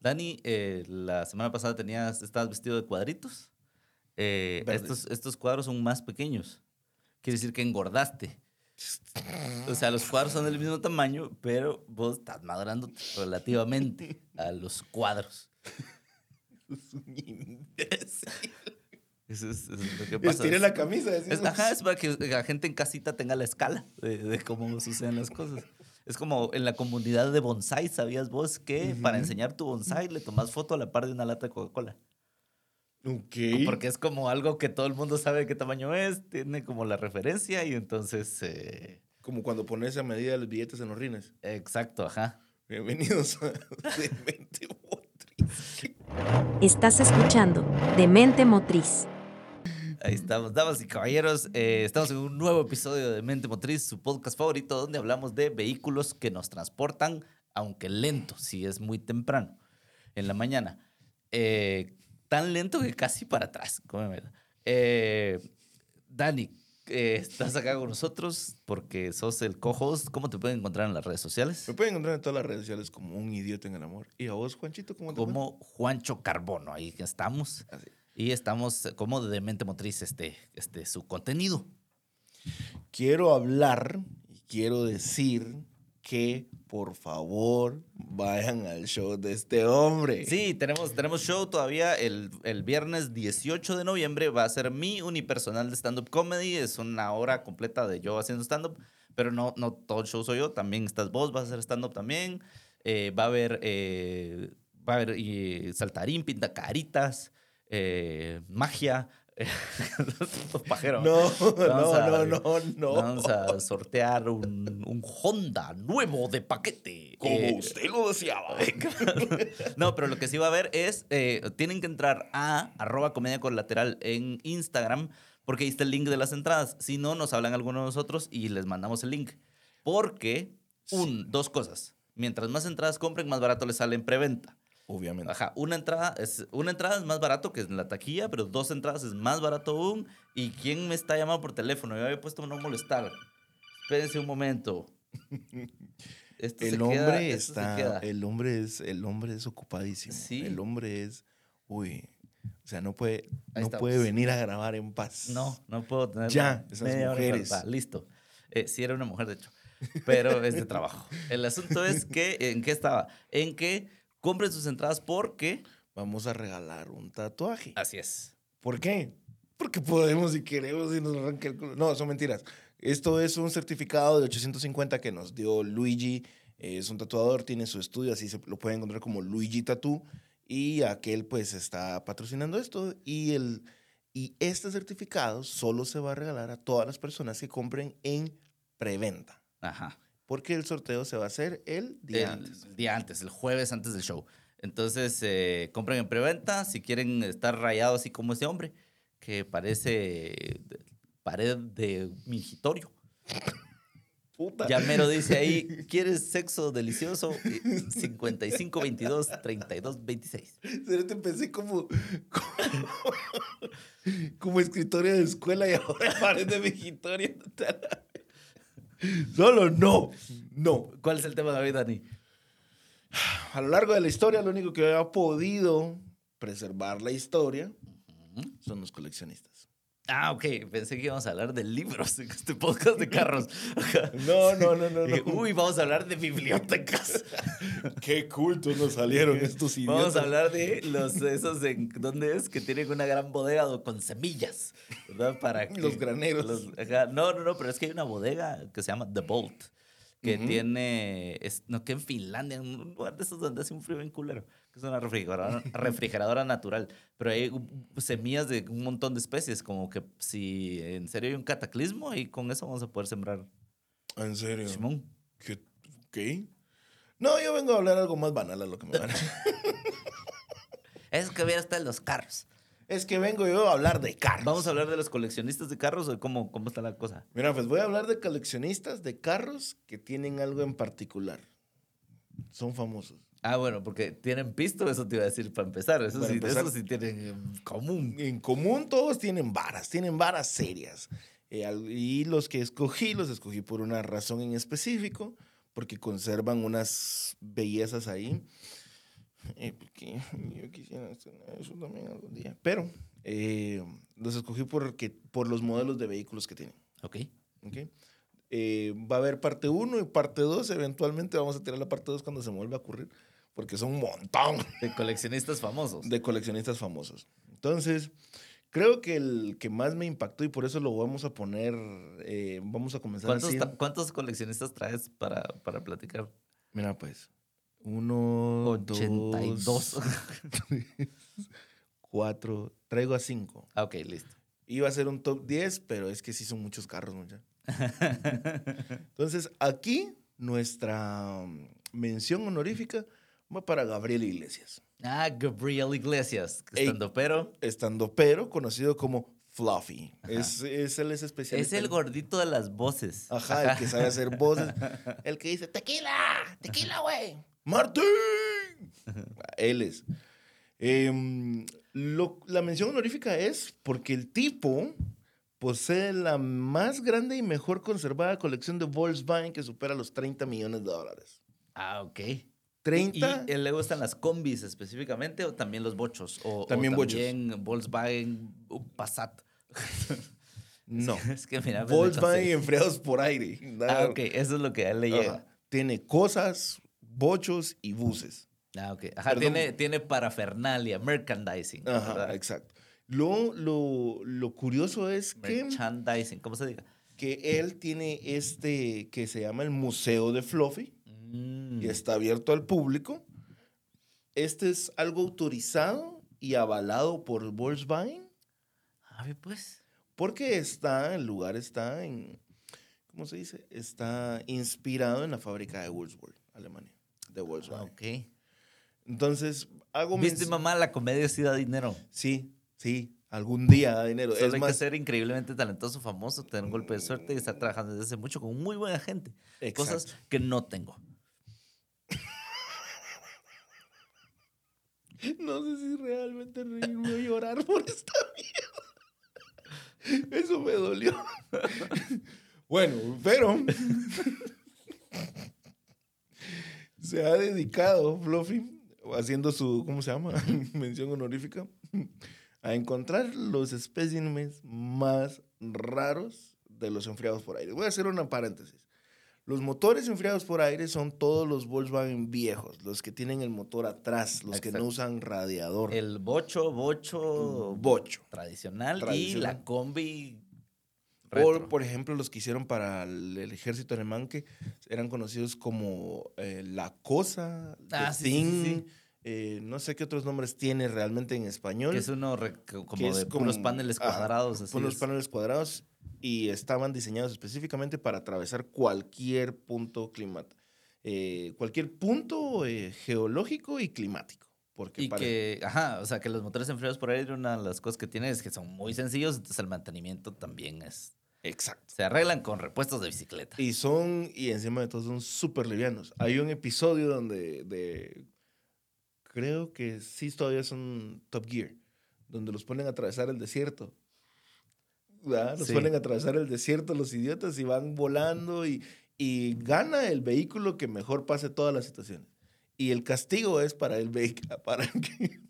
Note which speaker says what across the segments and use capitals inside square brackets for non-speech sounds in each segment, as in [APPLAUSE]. Speaker 1: Dani, eh, la semana pasada tenías, estabas vestido de cuadritos. Eh,
Speaker 2: Verde.
Speaker 1: estos, estos cuadros son más pequeños. Quiere decir que engordaste. O sea, los cuadros son del mismo tamaño, pero vos estás madrando relativamente a los
Speaker 2: [LAUGHS]
Speaker 1: cuadros.
Speaker 2: Es un imbécil.
Speaker 1: Eso es, eso es
Speaker 2: [LAUGHS]
Speaker 1: lo que pasa.
Speaker 2: Estiré la camisa.
Speaker 1: Es-
Speaker 2: decimos.
Speaker 1: ajá, es para que la gente en casita tenga la escala de, de cómo suceden las cosas. Es como en la comunidad de bonsai, ¿sabías vos que para enseñar tu bonsai le tomas foto a la par de una lata de Coca-Cola?
Speaker 2: Ok.
Speaker 1: Porque es como algo que todo el mundo sabe de qué tamaño es, tiene como la referencia y entonces... eh,
Speaker 2: Como cuando pones a medida los billetes en los rines.
Speaker 1: exacto, ajá.
Speaker 2: Bienvenidos
Speaker 1: [LAUGHS]
Speaker 2: a [LAUGHS] Demente Motriz.
Speaker 3: Estás escuchando Demente Motriz.
Speaker 1: Ahí estamos, damas y caballeros. eh, estamos en un nuevo episodio de Mente Motriz, su podcast favorito, donde hablamos de vehículos que nos transportan, aunque lento, si es muy temprano, en la mañana. Eh, tan lento que casi para atrás. cómemela. Eh, Dani, eh, estás acá con nosotros porque sos el co-host. ¿Cómo te pueden encontrar en las redes sociales?
Speaker 2: Me pueden encontrar en todas las redes sociales como un idiota en el amor. ¿Y a vos, Juanchito, cómo te encuentras?
Speaker 1: Como Juancho Carbono, ahí que estamos.
Speaker 2: Así.
Speaker 1: Y estamos como de Mente Motriz, este, este, su contenido.
Speaker 2: Quiero hablar y quiero decir que, por favor, vayan al show de este hombre.
Speaker 1: Sí, tenemos, tenemos show todavía el, el viernes 18 de noviembre. Va a ser mi unipersonal de stand-up comedy. Es una hora completa de yo haciendo stand-up. Pero no, no todo el show soy yo. También estás vos, vas a hacer stand-up también. Eh, va a haber, eh, va a haber eh, saltarín, pintacaritas, eh, magia. [LAUGHS] Pajero.
Speaker 2: No, no,
Speaker 1: [LAUGHS] Vamos a-
Speaker 2: no, no, no.
Speaker 1: Vamos a sortear un, un Honda nuevo de paquete.
Speaker 2: Como
Speaker 1: Eh,
Speaker 2: usted lo deseaba.
Speaker 1: no, pero lo que sí va a haber es, eh, tienen que entrar a arroba comedia colateral en Instagram, porque ahí está el link de las entradas. Si no, nos hablan alguno de nosotros y les mandamos el link. Porque, un, dos cosas. Mientras más entradas compren, más barato les sale en preventa.
Speaker 2: Obviamente.
Speaker 1: Ajá, una entrada, es, una entrada es más barato que en la taquilla, pero dos entradas es más barato aún. ¿Y quién me está llamando por teléfono? Yo había puesto no molestar. Espérense un
Speaker 2: [LAUGHS]
Speaker 1: momento. Esto se
Speaker 2: El
Speaker 1: queda,
Speaker 2: hombre
Speaker 1: esto se
Speaker 2: está.
Speaker 1: queda.
Speaker 2: El hombre es. El hombre es ocupadísimo.
Speaker 1: Sí.
Speaker 2: El hombre es. Uy. O sea, no puede,
Speaker 1: Ahí
Speaker 2: no
Speaker 1: estamos.
Speaker 2: puede venir a grabar en paz.
Speaker 1: No, no puedo tener.
Speaker 2: Ya, esas
Speaker 1: media hora
Speaker 2: mujeres.
Speaker 1: para- listo. Eh, sí, era una mujer, de
Speaker 2: [LAUGHS]
Speaker 1: hecho. Pero es de trabajo. El asunto es que, ¿en qué estaba? En que compren sus entradas porque.
Speaker 2: Vamos a regalar un tatuaje.
Speaker 1: Así es.
Speaker 2: ¿Por qué? Porque podemos y queremos y nos arranca el culo. No, son mentiras. Esto es un certificado de 850 que nos dio Luigi. Eh, Es un tatuador, tiene su estudio, así se lo pueden encontrar como Luigi Tattoo. Y aquel pues está patrocinando esto. Y, el, y este certificado solo se va a regalar a todas las personas que compren en preventa.
Speaker 1: Ajá.
Speaker 2: Porque el sorteo se va a hacer el
Speaker 1: El
Speaker 2: día antes.
Speaker 1: día antes, el jueves antes del show. Entonces, eh, compren en preventa si quieren estar rayados así como ese hombre, que parece de- pared de mingitorio.
Speaker 2: Puta.
Speaker 1: Ya mero dice
Speaker 2: [LAUGHS]
Speaker 1: ahí, ¿quieres sexo delicioso? 55 22 32 26.
Speaker 2: [LAUGHS] Cerote, empecé como, como, como escritorio de escuela y ahora [LAUGHS] pared de vigitorio. Solo no, no.
Speaker 1: ¿Cuál es el tema de hoy, Dani?
Speaker 2: A lo largo de la historia, lo único que ha podido preservar la historia son los coleccionistas.
Speaker 1: Ah, ok. Pensé que íbamos a hablar de libros en este podcast de
Speaker 2: [LAUGHS]
Speaker 1: carros. [LAUGHS]
Speaker 2: No, no, no, no. [LAUGHS]
Speaker 1: Dije,
Speaker 2: no.
Speaker 1: Uy, vamos a hablar de bibliotecas.
Speaker 2: qué cultos nos salieron estos idiotas.
Speaker 1: Vamos a hablar de los esos en dónde es que tienen una gran bodega do- con semillas, ¿verdad? Para que-
Speaker 2: [LAUGHS] Los graneros.
Speaker 1: los- ajá. No, no, no, pero es que hay una bodega que se llama The Bolt que
Speaker 2: Ujú.
Speaker 1: tiene es- no que en Finlandia, en un lugar de esos donde hace un frío bien culero, que es una
Speaker 2: [LAUGHS]
Speaker 1: refrigeradora, refrigeradora natural, pero hay un- semillas de un montón de especies, como que si en serio hay un cataclismo y con eso vamos a poder sembrar
Speaker 2: En serio.
Speaker 1: chimón.
Speaker 2: ¿Qué? ¿Qué? No, yo vengo a hablar algo más banal a lo que me van a... [LAUGHS]
Speaker 1: Es que hubiera hasta en los carros.
Speaker 2: Es que vengo yo a hablar de carros.
Speaker 1: Vamos a hablar de los coleccionistas de carros o cómo cómo está la cosa.
Speaker 2: Mira, pues voy a hablar de coleccionistas de carros que tienen algo en particular. Son famosos.
Speaker 1: Ah, bueno, porque tienen pisto, eso te iba a decir para empezar. Eso,
Speaker 2: Para
Speaker 1: sí,
Speaker 2: empezar.
Speaker 1: eso sí tienen en común.
Speaker 2: En común todos tienen varas, tienen varas serias. Eh, al- y los que escogí, los escogí por una razón en específico, porque conservan unas bellezas ahí. Eh, porque yo quisiera tener eso también algún día. Pero eh, los escogí porque, por los modelos de vehículos que tienen.
Speaker 1: Ok.
Speaker 2: ¿ok? Eh, va a haber parte 1 y parte 2. Eventualmente vamos a tirar la parte 2 cuando se me vuelva a ocurrir. Porque son un montón
Speaker 1: De coleccionistas famosos.
Speaker 2: de coleccionistas famosos. Entonces, creo que el que más me impactó y por eso lo vamos a poner, eh, vamos a comenzar
Speaker 1: ¿Cuántos,
Speaker 2: así.
Speaker 1: ta- cuántos coleccionistas traes para, para platicar?
Speaker 2: Mira, pues. Uno,
Speaker 1: 82.
Speaker 2: dos, [LAUGHS] tres, cuatro. Traigo a cinco.
Speaker 1: Ah, ok, listo.
Speaker 2: Iba a ser un top 10, pero es que sí son muchos carros, mucha. Entonces, aquí nuestra mm, mención honorífica va para Gabriel Iglesias.
Speaker 1: ah, Gabriel Iglesias,
Speaker 2: Ey.
Speaker 1: estando pero.
Speaker 2: Estando pero conocido como Fluffy. Es, es- él es
Speaker 1: Es
Speaker 2: especialista.
Speaker 1: el
Speaker 2: en-
Speaker 1: gordito de las voces.
Speaker 2: Ajá, el que sabe hacer voces. El que dice, tequila, tequila, güey. Martín. Él es. Em, lo- la mención honorífica es porque el tipo posee la más grande y mejor conservada colección de Volkswagen que supera los 30 millones de dólares.
Speaker 1: Ah, ok. ¿Y
Speaker 2: 30.
Speaker 1: él le gustan las combis específicamente o también los bochos? O, o
Speaker 2: También bochos.
Speaker 1: también Volkswagen uh, Passat. [LAUGHS]
Speaker 2: no.
Speaker 1: es que mira. pues,
Speaker 2: Volkswagen y
Speaker 1: entonces-
Speaker 2: enfriados por aire.
Speaker 1: Ah, ok, eso es lo que a él le
Speaker 2: Ajá.
Speaker 1: llega.
Speaker 2: Tiene cosas, bochos y buses.
Speaker 1: Ah, ok. Ajá,
Speaker 2: Perdón.
Speaker 1: tiene, tiene parafernalia, merchandising.
Speaker 2: Ajá,
Speaker 1: ¿verdad?
Speaker 2: exacto. Lo, lo, lo curioso es que,
Speaker 1: Merchandising, ¿cómo se diga?
Speaker 2: que él tiene este que se llama el Museo de Fluffy
Speaker 1: Mm,
Speaker 2: y está abierto al público. Este es algo autorizado y avalado por Volkswagen
Speaker 1: A ver, pues.
Speaker 2: porque está, el lugar está en, ¿cómo se dice? Está inspirado en la fábrica de Wolfsburg, Alemania, de
Speaker 1: Ah,
Speaker 2: Volkswagen.
Speaker 1: ok.
Speaker 2: Entonces, hago
Speaker 1: ¿Viste,
Speaker 2: menc-
Speaker 1: mamá? La comedia sí da dinero.
Speaker 2: Sí, sí, algún día da dinero.
Speaker 1: Solo
Speaker 2: es
Speaker 1: hay que
Speaker 2: más,
Speaker 1: ser increíblemente talentoso, famoso, tener un golpe de suerte y estar trabajando desde hace mucho con muy buena gente.
Speaker 2: Exacto.
Speaker 1: Cosas que no tengo.
Speaker 2: No sé si realmente reírme o llorar por esta mierda. Eso me dolió. Bueno, pero se ha dedicado Fluffy, haciendo su, ¿cómo se llama? [LAUGHS] Mención honorífica, a encontrar los espécimes más raros de los enfriados por aire. Voy a hacer una paréntesis. Los motores enfriados por aire son todos los Volkswagen viejos, los que tienen el motor atrás, los que
Speaker 1: Exacto.
Speaker 2: no usan radiador.
Speaker 1: El bocho, bocho.
Speaker 2: bocho.
Speaker 1: Tradicional, y
Speaker 2: Tradicional.
Speaker 1: la combi.
Speaker 2: O,
Speaker 1: retro.
Speaker 2: por ejemplo, los que hicieron para el, el ejército alemán que eran conocidos como eh, La Cosa,
Speaker 1: Ah,
Speaker 2: The
Speaker 1: sí, sí, sí,
Speaker 2: Thing, eh, no sé qué otros nombres tiene realmente en español.
Speaker 1: Que es uno re- como
Speaker 2: que es
Speaker 1: de puros
Speaker 2: como-
Speaker 1: paneles
Speaker 2: ajá,
Speaker 1: cuadrados. así
Speaker 2: Puros
Speaker 1: es.
Speaker 2: paneles cuadrados y estaban diseñados específicamente para atravesar cualquier punto climático. cualquier punto eh, geológico y climático. Porque
Speaker 1: Y
Speaker 2: para-
Speaker 1: que, ajá, o sea, que los motores enfriados por aire, una de las cosas que tienen es que son muy sencillos, entonces el mantenimiento también es.
Speaker 2: Exacto.
Speaker 1: Se arreglan con repuestos de bicicleta.
Speaker 2: Y son, y encima de todo, son súper livianos. Hay un episodio donde, de, creo que sí todavía son Top Gear, donde los ponen a atravesar el desierto. ¿Verdad? Los
Speaker 1: Sí.
Speaker 2: ponen a atravesar el desierto los idiotas y van volando y, y gana el vehículo que mejor pase todas las situaciones. Y el castigo es para el vehículo, [LAUGHS] para que,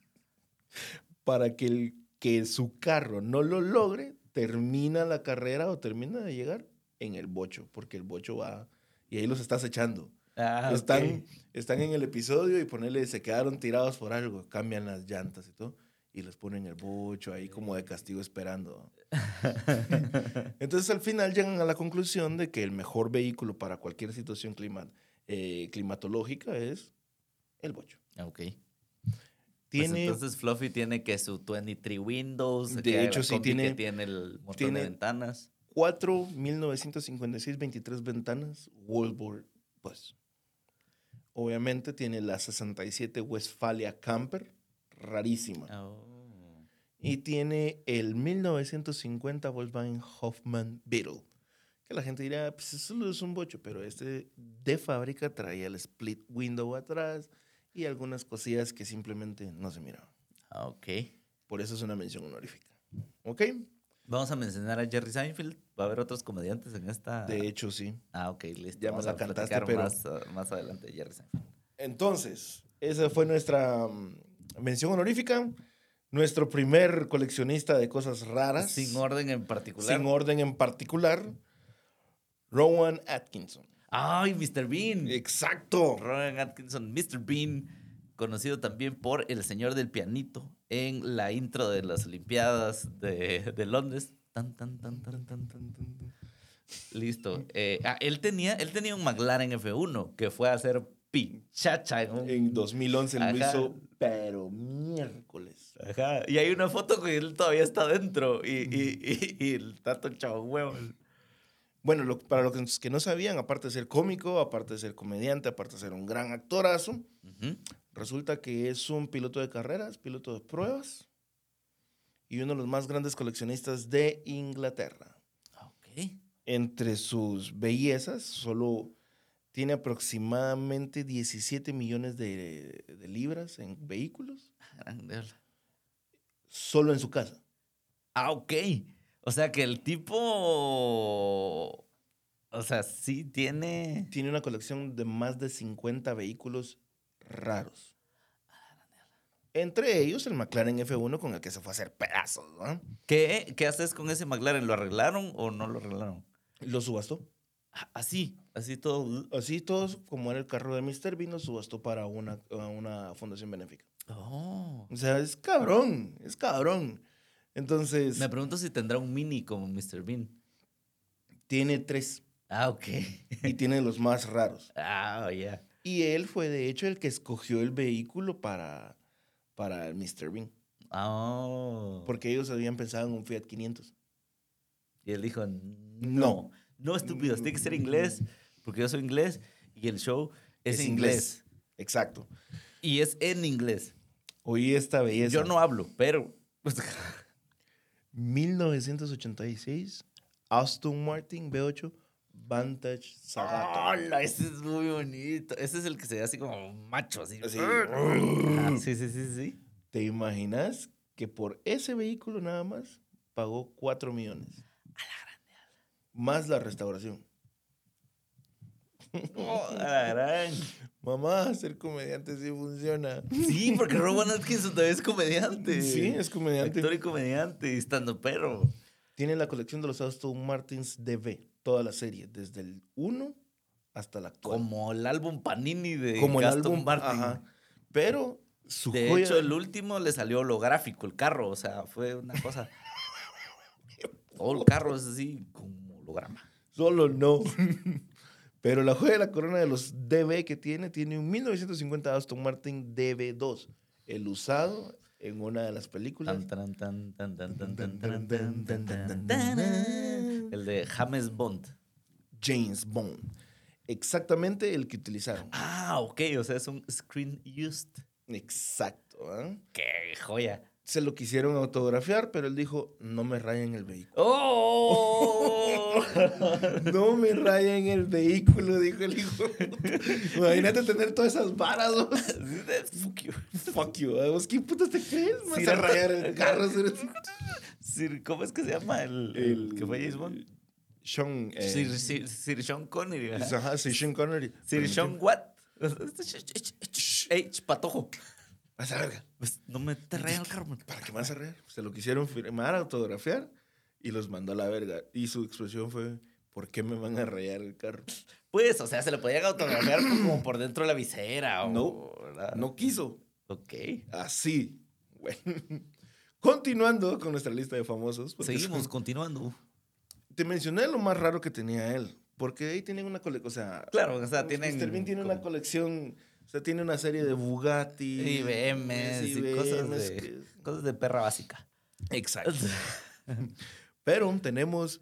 Speaker 2: para que, el, que su carro no lo logre, termina la carrera o termina de llegar en el bocho, porque el bocho va y ahí los estás echando.
Speaker 1: Ah, ok.
Speaker 2: están, están en el episodio y ponerle, se quedaron tirados por algo, cambian las llantas y todo, y los ponen en el bocho ahí como de
Speaker 1: [LAUGHS]
Speaker 2: castigo esperando. Entonces al final llegan a la conclusión de que el mejor vehículo para cualquier situación clima- eh, climatológica es el bocho.
Speaker 1: Ok. Pues
Speaker 2: Tiene,
Speaker 1: entonces Fluffy tiene que su 23 Windows.
Speaker 2: De
Speaker 1: que
Speaker 2: hecho,
Speaker 1: la
Speaker 2: sí
Speaker 1: combi que
Speaker 2: tiene-
Speaker 1: tiene el montón
Speaker 2: tiene-
Speaker 1: de ventanas.
Speaker 2: 4.956-23 ventanas, wallboard, pues. Obviamente tiene la 67 Westfalia Camper, rarísima.
Speaker 1: Oh.
Speaker 2: Y tiene el 1950 Volkswagen Hoffman Beetle. Que la gente dirá, pues eso solo es un bocho, pero este de fábrica traía el split window atrás y algunas cosillas que simplemente no se miraban.
Speaker 1: Ah, ok.
Speaker 2: Por eso es una mención honorífica. ¿Ok?
Speaker 1: Vamos a mencionar a Jerry Seinfeld. Va a haber otros comediantes en esta.
Speaker 2: De hecho, sí.
Speaker 1: Ah, ok, listo.
Speaker 2: Ya me
Speaker 1: Vamos
Speaker 2: la
Speaker 1: a
Speaker 2: cantaste,
Speaker 1: platicar
Speaker 2: pero-
Speaker 1: más, ah, más adelante de Jerry Seinfeld.
Speaker 2: Entonces, Esa fue nuestra mm, mención honorífica. Nuestro primer coleccionista de cosas raras.
Speaker 1: Sin orden en particular.
Speaker 2: sin orden en particular. Rowan Atkinson.
Speaker 1: ¡Ay, Mr. Bean!
Speaker 2: Exacto.
Speaker 1: Mm. Rowan Atkinson, Mr. Bean, conocido también por el señor del pianito en la intro de las Olimpiadas de, de Londres. Tan, tan, tan, tan, tan, tan, tan, tan. Listo. Eh, ah, él, tenía, él tenía un McLaren F1 que fue a hacer pichacha en un-
Speaker 2: En 2011 lo
Speaker 1: Ajá.
Speaker 2: hizo, pero miércoles.
Speaker 1: Ajá. Y hay una foto que él todavía está dentro y, y, y, y el tato chavo huevo.
Speaker 2: Bueno, lo- para los que no sabían, aparte de ser cómico, aparte de ser comediante, aparte de ser un gran actorazo,
Speaker 1: Ujú.
Speaker 2: resulta que es un piloto de carreras, piloto de pruebas y uno de los más grandes coleccionistas de Inglaterra.
Speaker 1: Ah, Ok.
Speaker 2: Entre sus bellezas, solo tiene aproximadamente 17 millones de, de libras en vehículos,
Speaker 1: Grande.
Speaker 2: solo en su casa.
Speaker 1: Ah, ok. O sea que el tipo. O sea, sí tiene.
Speaker 2: Tiene una colección de más de 50 vehículos raros. Entre ellos el McLaren F1 con el que se fue a hacer pedazos, ¿no?
Speaker 1: ¿Qué, ¿Qué haces con ese McLaren? ¿Lo arreglaron o no lo arreglaron?
Speaker 2: Lo subastó.
Speaker 1: Ah, Así, así todo.
Speaker 2: Así todos, como era el carro de Mr. Bean, lo subastó para una, a una fundación benéfica.
Speaker 1: Oh.
Speaker 2: O sea, es cabrón, es cabrón. Entonces,
Speaker 1: Me pregunto si tendrá un mini como Mr. Bean.
Speaker 2: tiene tres
Speaker 1: Ah, [LAUGHS] ok.
Speaker 2: y tiene los más raros.
Speaker 1: Ah, ya.
Speaker 2: Y él fue, de hecho, el que escogió el vehículo para, para el Mr. Bean.
Speaker 1: Oh.
Speaker 2: Porque ellos habían pensado en un Fiat 500.
Speaker 1: Y él dijo, no, no estúpidos, tiene que ser inglés, porque yo soy inglés y el show es,
Speaker 2: Es
Speaker 1: inglés.
Speaker 2: inglés. Exacto.
Speaker 1: Y es en inglés.
Speaker 2: Oí esta belleza.
Speaker 1: Yo no hablo, pero... pues,
Speaker 2: 1986, Aston Martin V8 Vantage Zagato.
Speaker 1: ¡Hola! Ese es muy bonito. Ese es el que se ve así como macho, así.
Speaker 2: Así.
Speaker 1: Ah, Sí, sí, sí,
Speaker 2: [LAUGHS]
Speaker 1: sí.
Speaker 2: ¿Te imaginas que por ese vehículo nada más pagó 4 millones? Más la restauración.
Speaker 1: Oh, a la gran.
Speaker 2: Mamá, ser comediante sí funciona.
Speaker 1: Sí, porque Rowan Atkinson también es comediante.
Speaker 2: Sí, es comediante.
Speaker 1: Actor y comediante, y estando pero.
Speaker 2: Tiene la colección de los Aston Martins DB, toda la serie, desde el 1 hasta la actual.
Speaker 1: Como el álbum Panini de
Speaker 2: Como el
Speaker 1: Gaston
Speaker 2: álbum
Speaker 1: Martin.
Speaker 2: ajá. Pero su
Speaker 1: De
Speaker 2: joya-
Speaker 1: hecho, el último le salió holográfico, el carro. O sea, fue una
Speaker 2: [LAUGHS]
Speaker 1: cosa. Todo el carro es así, como holograma.
Speaker 2: Solo no. [LAUGHS] Pero la joya de la corona de los DB que tiene, tiene un 1950 Aston Martin DB2, el usado en una de las películas.
Speaker 1: Tan, taran, tan, tan, tan, tan, tan, taran, tan, tan, tan, taran. El de James Bond.
Speaker 2: James Bond. Exactamente el que utilizaron.
Speaker 1: Ah, ok. O sea, es un screen used.
Speaker 2: Exacto. ¿ah?
Speaker 1: ¡Qué joya!
Speaker 2: Se lo quisieron autografiar, pero él dijo, no me rayen el vehículo.
Speaker 1: [LAUGHS] ¡Oh!
Speaker 2: [LAUGHS] No me rayen el vehículo, dijo el hijo. de puta. Imagínate tener todas esas varas. vos.
Speaker 1: Fuck you.
Speaker 2: Fuck you. ¿ah? ¿Vos ¿Qué putas te crees? Vas
Speaker 1: Sí,
Speaker 2: a
Speaker 1: no.
Speaker 2: rayar el carro. cerote.
Speaker 1: Sir- ¿Cómo es que se llama el, el que fue James Bond?
Speaker 2: Sean. eh, pues,
Speaker 1: Sir, Sir- Sir Sean Connery. ¿verdad?
Speaker 2: Ajá, sí, Sean Connery.
Speaker 1: Sir
Speaker 2: Permíteme.
Speaker 1: Sean What? [LAUGHS] Ey, ch, patojo.
Speaker 2: A esa verga,
Speaker 1: Pues, no me te rayan el carro. man.
Speaker 2: ¿Para qué me vas a reír? Se lo quisieron firmar, autografiar y los mandó a la verga. Y su expresión fue: ¿Por qué me van a rayar el carro?
Speaker 1: Pues, o sea, se lo podían autografiar como por dentro de la visera. O,
Speaker 2: No,
Speaker 1: ¿verdad?
Speaker 2: No quiso.
Speaker 1: Ok.
Speaker 2: Así. Bueno. [LAUGHS] Continuando con nuestra lista de famosos. porque
Speaker 1: Seguimos continuando.
Speaker 2: Te mencioné lo más raro que tenía él. Porque ahí tienen una colección. O sea,
Speaker 1: Claro, o sea, tienen.
Speaker 2: Mr. Bean Pues, tiene
Speaker 1: como-
Speaker 2: una colección. O sea, tiene una serie de Bugatti.
Speaker 1: Y BMs y cosas de, cosas de perra básica. [LAUGHS]
Speaker 2: Exacto. Pero tenemos.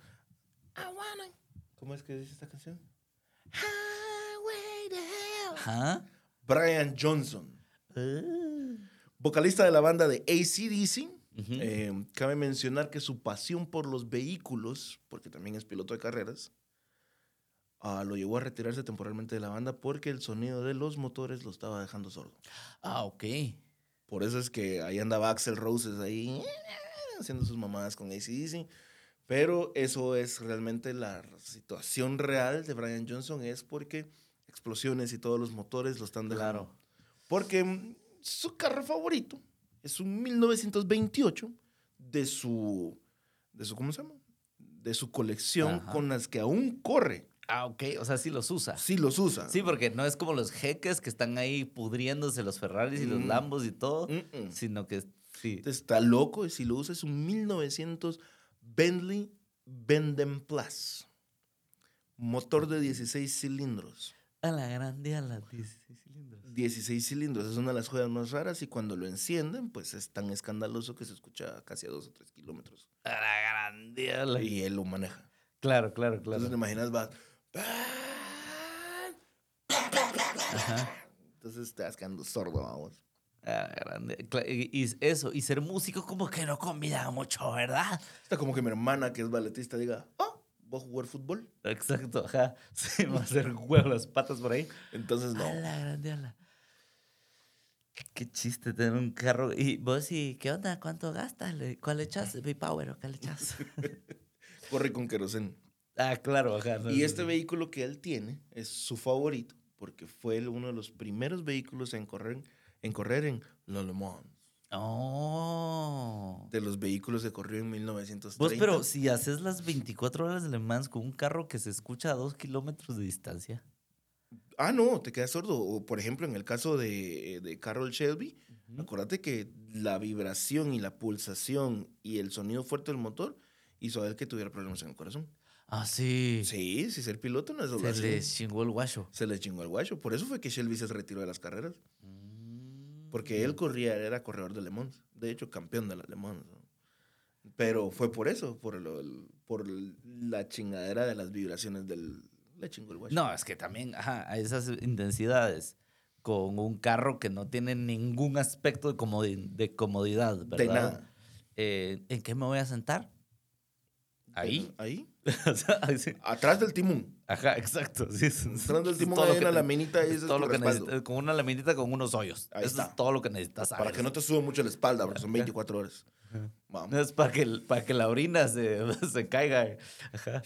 Speaker 2: I wanna- ¿Cómo es que dice esta canción? Highway to Hell.
Speaker 1: Ajá.
Speaker 2: Brian Johnson,
Speaker 1: Ujú.
Speaker 2: vocalista de la banda de ACDC.
Speaker 1: Mm.
Speaker 2: Eh, cabe mencionar que su pasión por los vehículos, porque también es piloto de carreras, ah, lo llevó a retirarse temporalmente de la banda porque el sonido de los motores lo estaba dejando sordo.
Speaker 1: Ah, ok.
Speaker 2: Por eso es que ahí andaba Axel Roses ahí haciendo sus mamadas con ACDC. Pero eso es realmente la situación real de Brian Johnson, es porque explosiones y todos los motores lo están dejando.
Speaker 1: Claro.
Speaker 2: Porque mm, su carro favorito es un 1928 de su, de su ¿cómo se llama? De su colección
Speaker 1: Ajá.
Speaker 2: con las que aún corre.
Speaker 1: Ah, ok. O sea, sí los usa.
Speaker 2: Sí los usa.
Speaker 1: Sí, porque no es como los jeques que están ahí pudriéndose los Ferraris y los
Speaker 2: Mm.
Speaker 1: Lambos y todo,
Speaker 2: Mm-mm.
Speaker 1: sino que sí.
Speaker 2: Está loco y si lo usa es un 1900 Bentley Benden Plus. Motor de 16 cilindros.
Speaker 1: A la grande, a las 16 cilindros.
Speaker 2: 16 cilindros es una de las joyas más raras y cuando lo encienden, pues es tan escandaloso que se escucha casi a 2 o 3 kilómetros.
Speaker 1: A la grande, a la-
Speaker 2: Y él lo maneja.
Speaker 1: Claro, claro,
Speaker 2: Entonces te
Speaker 1: claro.
Speaker 2: imaginas, vas.
Speaker 1: Ajá.
Speaker 2: Entonces te vas quedando sordo, vamos.
Speaker 1: A la grande. Cla- Y, y eso, y ser músico como que no combina mucho, ¿verdad?
Speaker 2: Está como que mi hermana, que es balletista, diga, oh, voy a jugar fútbol.
Speaker 1: Exacto, ajá. [LAUGHS] Se va a hacer huevo las patas por ahí.
Speaker 2: Entonces no.
Speaker 1: A la grande, a la- Qué chiste tener un carro. Y vos, ¿y qué onda? ¿Cuánto gastas? Le- ¿Cuál le echas? ¿B-Power o qué le
Speaker 2: [LAUGHS]
Speaker 1: echas?
Speaker 2: Corre con queroseno.
Speaker 1: ah, claro, ajá. no,
Speaker 2: Y
Speaker 1: no,
Speaker 2: este
Speaker 1: no.
Speaker 2: vehículo que él tiene es su favorito, porque fue el- uno de los primeros vehículos en correr, en correr en Le Mans.
Speaker 1: Oh.
Speaker 2: De los vehículos que corrió en 1930.
Speaker 1: Vos, pero si haces las 24 horas de Le Mans con un carro que se escucha a dos kilómetros de distancia.
Speaker 2: Ah, no, te quedas sordo. O, por ejemplo, en el caso de, eh, de Carroll Shelby,
Speaker 1: Ujú.
Speaker 2: acuérdate que la vibración y la pulsación y el sonido fuerte del motor hizo a él que tuviera problemas en el corazón.
Speaker 1: Ah, sí.
Speaker 2: Sí, si ser piloto no es
Speaker 1: Se
Speaker 2: doblación.
Speaker 1: le chingó el guacho.
Speaker 2: Se le chingó el guacho. Por eso fue que Shelby se retiró de las carreras. Porque él corría, era corredor de Le Mans. De hecho, campeón de la Le Mans. ¿no? Pero fue por eso, por, lo- el- por la chingadera de las vibraciones del... Le chingó el guacho.
Speaker 1: No, es que también, ajá, a esas intensidades con un carro que no tiene ningún aspecto de, comodi- de comodidad, ¿verdad?
Speaker 2: de nada.
Speaker 1: Eh, ¿En qué me voy a sentar? Ahí.
Speaker 2: De- Ahí.
Speaker 1: [LAUGHS] O sea, sí.
Speaker 2: Atrás
Speaker 1: [LAUGHS]
Speaker 2: del timón.
Speaker 1: ajá, exacto. sí, es- es
Speaker 2: Atrás del timón
Speaker 1: todo lo
Speaker 2: hay
Speaker 1: que
Speaker 2: una
Speaker 1: te- [LAUGHS]
Speaker 2: laminita y
Speaker 1: es
Speaker 2: eso es
Speaker 1: todo
Speaker 2: tu
Speaker 1: lo que
Speaker 2: respaldo.
Speaker 1: necesitas, con una laminita con unos hoyos.
Speaker 2: Ahí
Speaker 1: Eso es
Speaker 2: está.
Speaker 1: todo lo que necesitas saber.
Speaker 2: Para que no te suba mucho la espalda, porque son
Speaker 1: Ajá.
Speaker 2: 24 horas.
Speaker 1: [LAUGHS]
Speaker 2: Vamos.
Speaker 1: es para que, para que la orina se, [LAUGHS] se caiga. Ajá.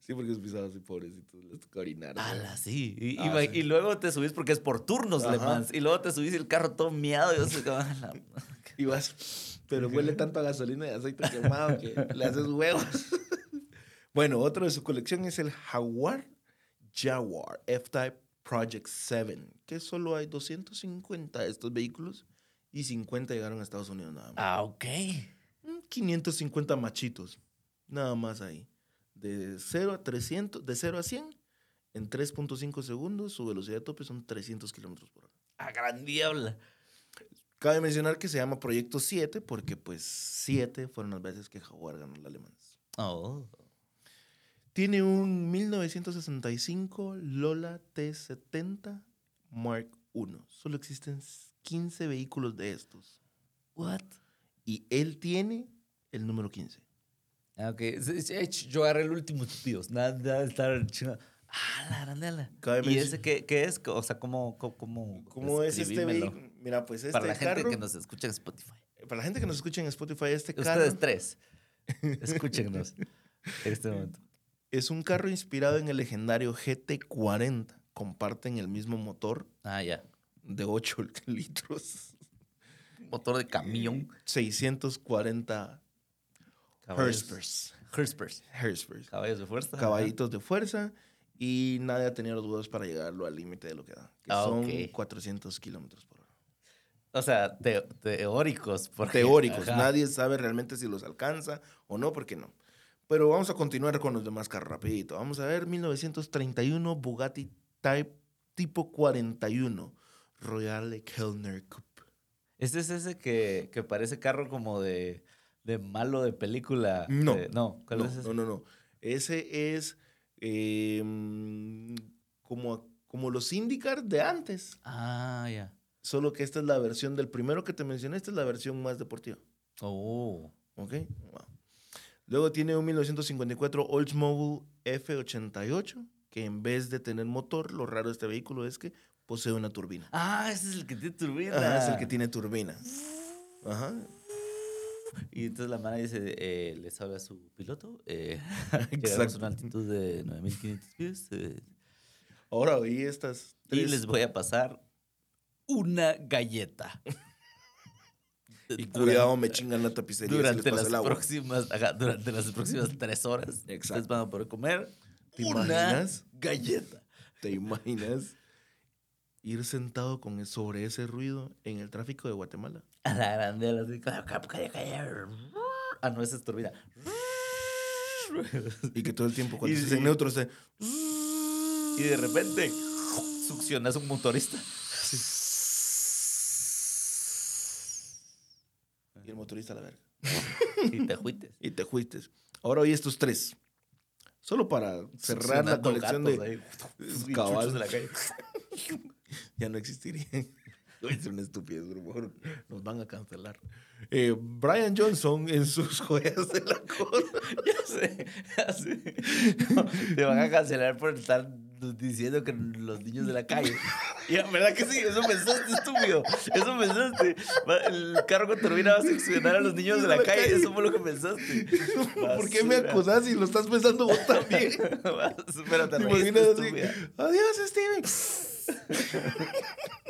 Speaker 2: Sí, porque es pisado así, pobrecito. Les toca orinar. ¿no?
Speaker 1: Ala, sí. Y,
Speaker 2: Ah,
Speaker 1: y va-
Speaker 2: sí.
Speaker 1: y luego te subís porque es por turnos, Le
Speaker 2: Ajá.
Speaker 1: Mans. Y luego te subís y el carro todo miado. Y yo así como, "Ah, "Ala".
Speaker 2: Y vas, pero huele tanto a gasolina y aceite quemado que le haces huevos. [LAUGHS] bueno, otro de su colección es el Jaguar Jaguar F-Type Project 7, que solo hay 250 de estos vehículos y 50 llegaron a Estados Unidos nada más.
Speaker 1: ah, ok.
Speaker 2: Mm, 550 machitos, nada más ahí. De 0 a 300, de 0 a 100, en 3.5 segundos, su velocidad tope son 300 kilómetros por hora.
Speaker 1: A gran diabla.
Speaker 2: Cabe mencionar que se llama Proyecto 7 porque pues 7 fueron las veces que Jaguar ganó la alemán.
Speaker 1: Oh.
Speaker 2: Tiene un 1965 Lola T70 Mark I. Solo existen 15 vehículos de estos.
Speaker 1: What?
Speaker 2: Y él tiene el número 15.
Speaker 1: Ah, ok. Sí, sí, ch- Yo agarré el último, tíos. Nada, nada, estar chingado. Ah, la gran diabla.
Speaker 2: Cabe
Speaker 1: ¿Y
Speaker 2: menc-
Speaker 1: ese qué, qué es? O sea, ¿cómo, cómo, cómo,
Speaker 2: ¿Cómo es este
Speaker 1: Escribímelo.
Speaker 2: vehículo? Mira, pues este
Speaker 1: Para la gente
Speaker 2: carro-
Speaker 1: que nos escucha en Spotify.
Speaker 2: para la gente que nos escucha en Spotify, este carro
Speaker 1: Ustedes
Speaker 2: [LAUGHS]
Speaker 1: tres. Escúchenos en este momento.
Speaker 2: es un carro inspirado en el legendario GT40. Comparten el mismo motor
Speaker 1: Ah, ya.
Speaker 2: de 8 [LAUGHS] litros.
Speaker 1: Motor de camión.
Speaker 2: 640
Speaker 1: Caballos.
Speaker 2: Hertzbergs.
Speaker 1: Hertzberg.
Speaker 2: Hertzbergs.
Speaker 1: Caballos de fuerza. ajá.
Speaker 2: Caballitos de fuerza y nadie ha tenido los huevos para llegarlo al límite de lo que da, que
Speaker 1: Ah,
Speaker 2: son
Speaker 1: ok.
Speaker 2: 400 kilómetros por hora.
Speaker 1: O sea, te- teóricos. porque-
Speaker 2: Teóricos,
Speaker 1: ajá.
Speaker 2: nadie sabe realmente si los alcanza o no, porque no. Pero vamos a continuar con los demás carros rapidito. Vamos a ver 1931 Bugatti Type tipo 41 Royal Kellner Coupe.
Speaker 1: Este es ese que, que parece carro como de, de malo de película.
Speaker 2: No.
Speaker 1: de- no, ¿cuál
Speaker 2: No,
Speaker 1: es ese?
Speaker 2: no, no, no. Ese es eh, mm, como, como los IndyCar de antes.
Speaker 1: Ah, ya.
Speaker 2: Solo que esta es la versión del primero que te mencioné, esta es la versión más deportiva.
Speaker 1: Oh.
Speaker 2: ¿Ok? Va. Luego tiene un 1954 Oldsmobile F88, que en vez de tener motor, lo raro de este vehículo es que posee una turbina.
Speaker 1: Ah, ese es el que tiene turbina.
Speaker 2: Ajá, es el que tiene turbina. Ajá.
Speaker 1: Y entonces la mano dice, eh, les habla su piloto.
Speaker 2: [LAUGHS]
Speaker 1: Eh, [LAUGHS] llegamos a
Speaker 2: Exacto.
Speaker 1: una altitud de 9500 pies. eh,
Speaker 2: Ahora oí estas
Speaker 1: y
Speaker 2: tres
Speaker 1: les voy a pasar una
Speaker 2: [LAUGHS]
Speaker 1: galleta.
Speaker 2: Y
Speaker 1: Durante-
Speaker 2: cuidado, me chingan la tapicería si
Speaker 1: durante
Speaker 2: les pasa
Speaker 1: las
Speaker 2: el agua.
Speaker 1: próximas ajá, durante las próximas tres horas
Speaker 2: Exacto.
Speaker 1: ustedes van a poder comer
Speaker 2: ¿Te
Speaker 1: una
Speaker 2: imaginas?
Speaker 1: galleta
Speaker 2: ¿Te imaginas ir sentado con e-, sobre ese ruido en el tráfico de Guatemala?
Speaker 1: [LAUGHS] a la grande a la así, claro, claro, claro, claro. ah no esa es turbina [LAUGHS]
Speaker 2: Y que todo el tiempo, cuando
Speaker 1: Y-
Speaker 2: estés en neutro, esté...
Speaker 1: y de repente succionas un
Speaker 2: [LAUGHS]
Speaker 1: motorista
Speaker 2: Y el motorista a la verga.
Speaker 1: y te juites
Speaker 2: Y te fuiste. Ahora oí estos tres. Solo para cerrar la colección de... Cabal.
Speaker 1: caballos de la calle ¿eh?
Speaker 2: ya no existirían. [LAUGHS] Es una estupidez, por favor. Nos van a cancelar. Eh, Brian Johnson en sus joyas de la corona.
Speaker 1: [LAUGHS] ya sé, ya sé. No, te van a cancelar por estar diciendo que los niños de la calle. Y la verdad que sí, eso pensaste, estúpido. Eso pensaste. Va- El carro con turbina va a seccionar a los niños de la calle. Eso fue lo que pensaste.
Speaker 2: [LAUGHS] ¿Por qué me
Speaker 1: Basura.
Speaker 2: acusás si lo estás pensando vos también?
Speaker 1: [LAUGHS] Basura, te
Speaker 2: ¿Te
Speaker 1: reíste,
Speaker 2: imaginas así?
Speaker 1: estúpida.
Speaker 2: Adiós, Steven.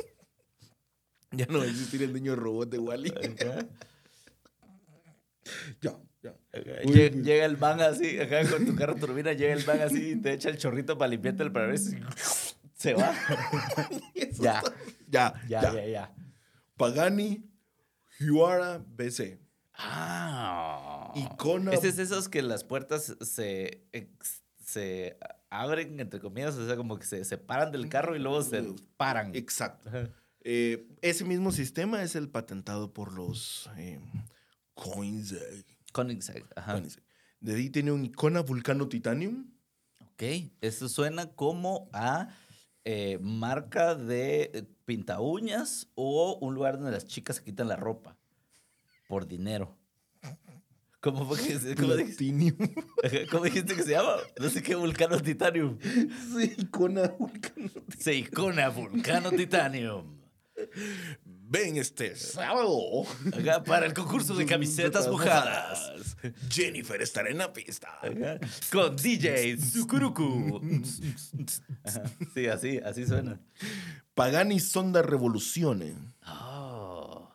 Speaker 2: [LAUGHS] ya no va a existir el niño robot de Wally.
Speaker 1: Ajá.
Speaker 2: [LAUGHS] ya, ya. Uy,
Speaker 1: Llega,
Speaker 2: uy.
Speaker 1: llega el van así, acá con tu carro turbina, llega el van así y te echa el chorrito para limpiarte el parabrisas y [LAUGHS] se va. ya,
Speaker 2: [LAUGHS] Ya, ya,
Speaker 1: ya, ya, ya.
Speaker 2: Pagani, Huara, BC.
Speaker 1: Ah.
Speaker 2: Icona.
Speaker 1: Este es esos que las puertas se, ex- se abren, entre comillas, o sea, como que se separan del carro y luego se paran.
Speaker 2: Exacto.
Speaker 1: Ajá.
Speaker 2: Eh, ese mismo sistema es el patentado por los eh, coins. eh,
Speaker 1: Koenigsegg, ajá.
Speaker 2: coins. De ahí tiene un icona Vulcano Titanium.
Speaker 1: Ok, esto suena como a eh, marca de eh, pinta uñas o un lugar donde las chicas se quitan la ropa por dinero. ¿Cómo, fue que se- cómo dijiste,
Speaker 2: Platinum.
Speaker 1: [LAUGHS] ajá, cómo dijiste que se llama? No sé qué, Vulcano Titanium.
Speaker 2: Sí, icona Vulcano
Speaker 1: Se icona Vulcano Titanium.
Speaker 2: Ven este sábado.
Speaker 1: Ajá, para el concurso de camisetas mojadas.
Speaker 2: Jennifer estará en la pista.
Speaker 1: Ajá. Con DJ Sukuruku. Ajá, Sí, así, así suena.
Speaker 2: Pagani Sonda Revolucione.
Speaker 1: Oh,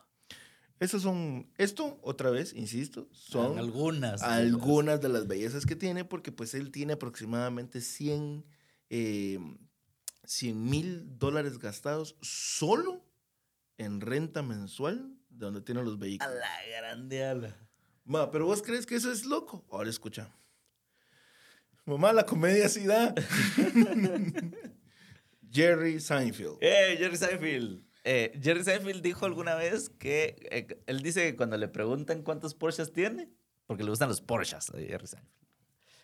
Speaker 2: Esas son, esto otra vez, insisto, son
Speaker 1: algunas.
Speaker 2: algunas de las bellezas que tiene, porque pues él tiene aproximadamente 100 mil dólares gastados solo en renta mensual de donde tiene los
Speaker 1: A
Speaker 2: vehículos.
Speaker 1: la grande ala.
Speaker 2: Ma, pero vos crees que eso es loco. Ahora escucha. Mamá, la comedia sí da. Jerry Seinfeld.
Speaker 1: ¡Eh, Jerry Seinfeld! Eh, Jerry Seinfeld dijo alguna vez que eh, él dice que cuando le preguntan cuántos Porsches tiene, porque le gustan los Porsches a Jerry Seinfeld.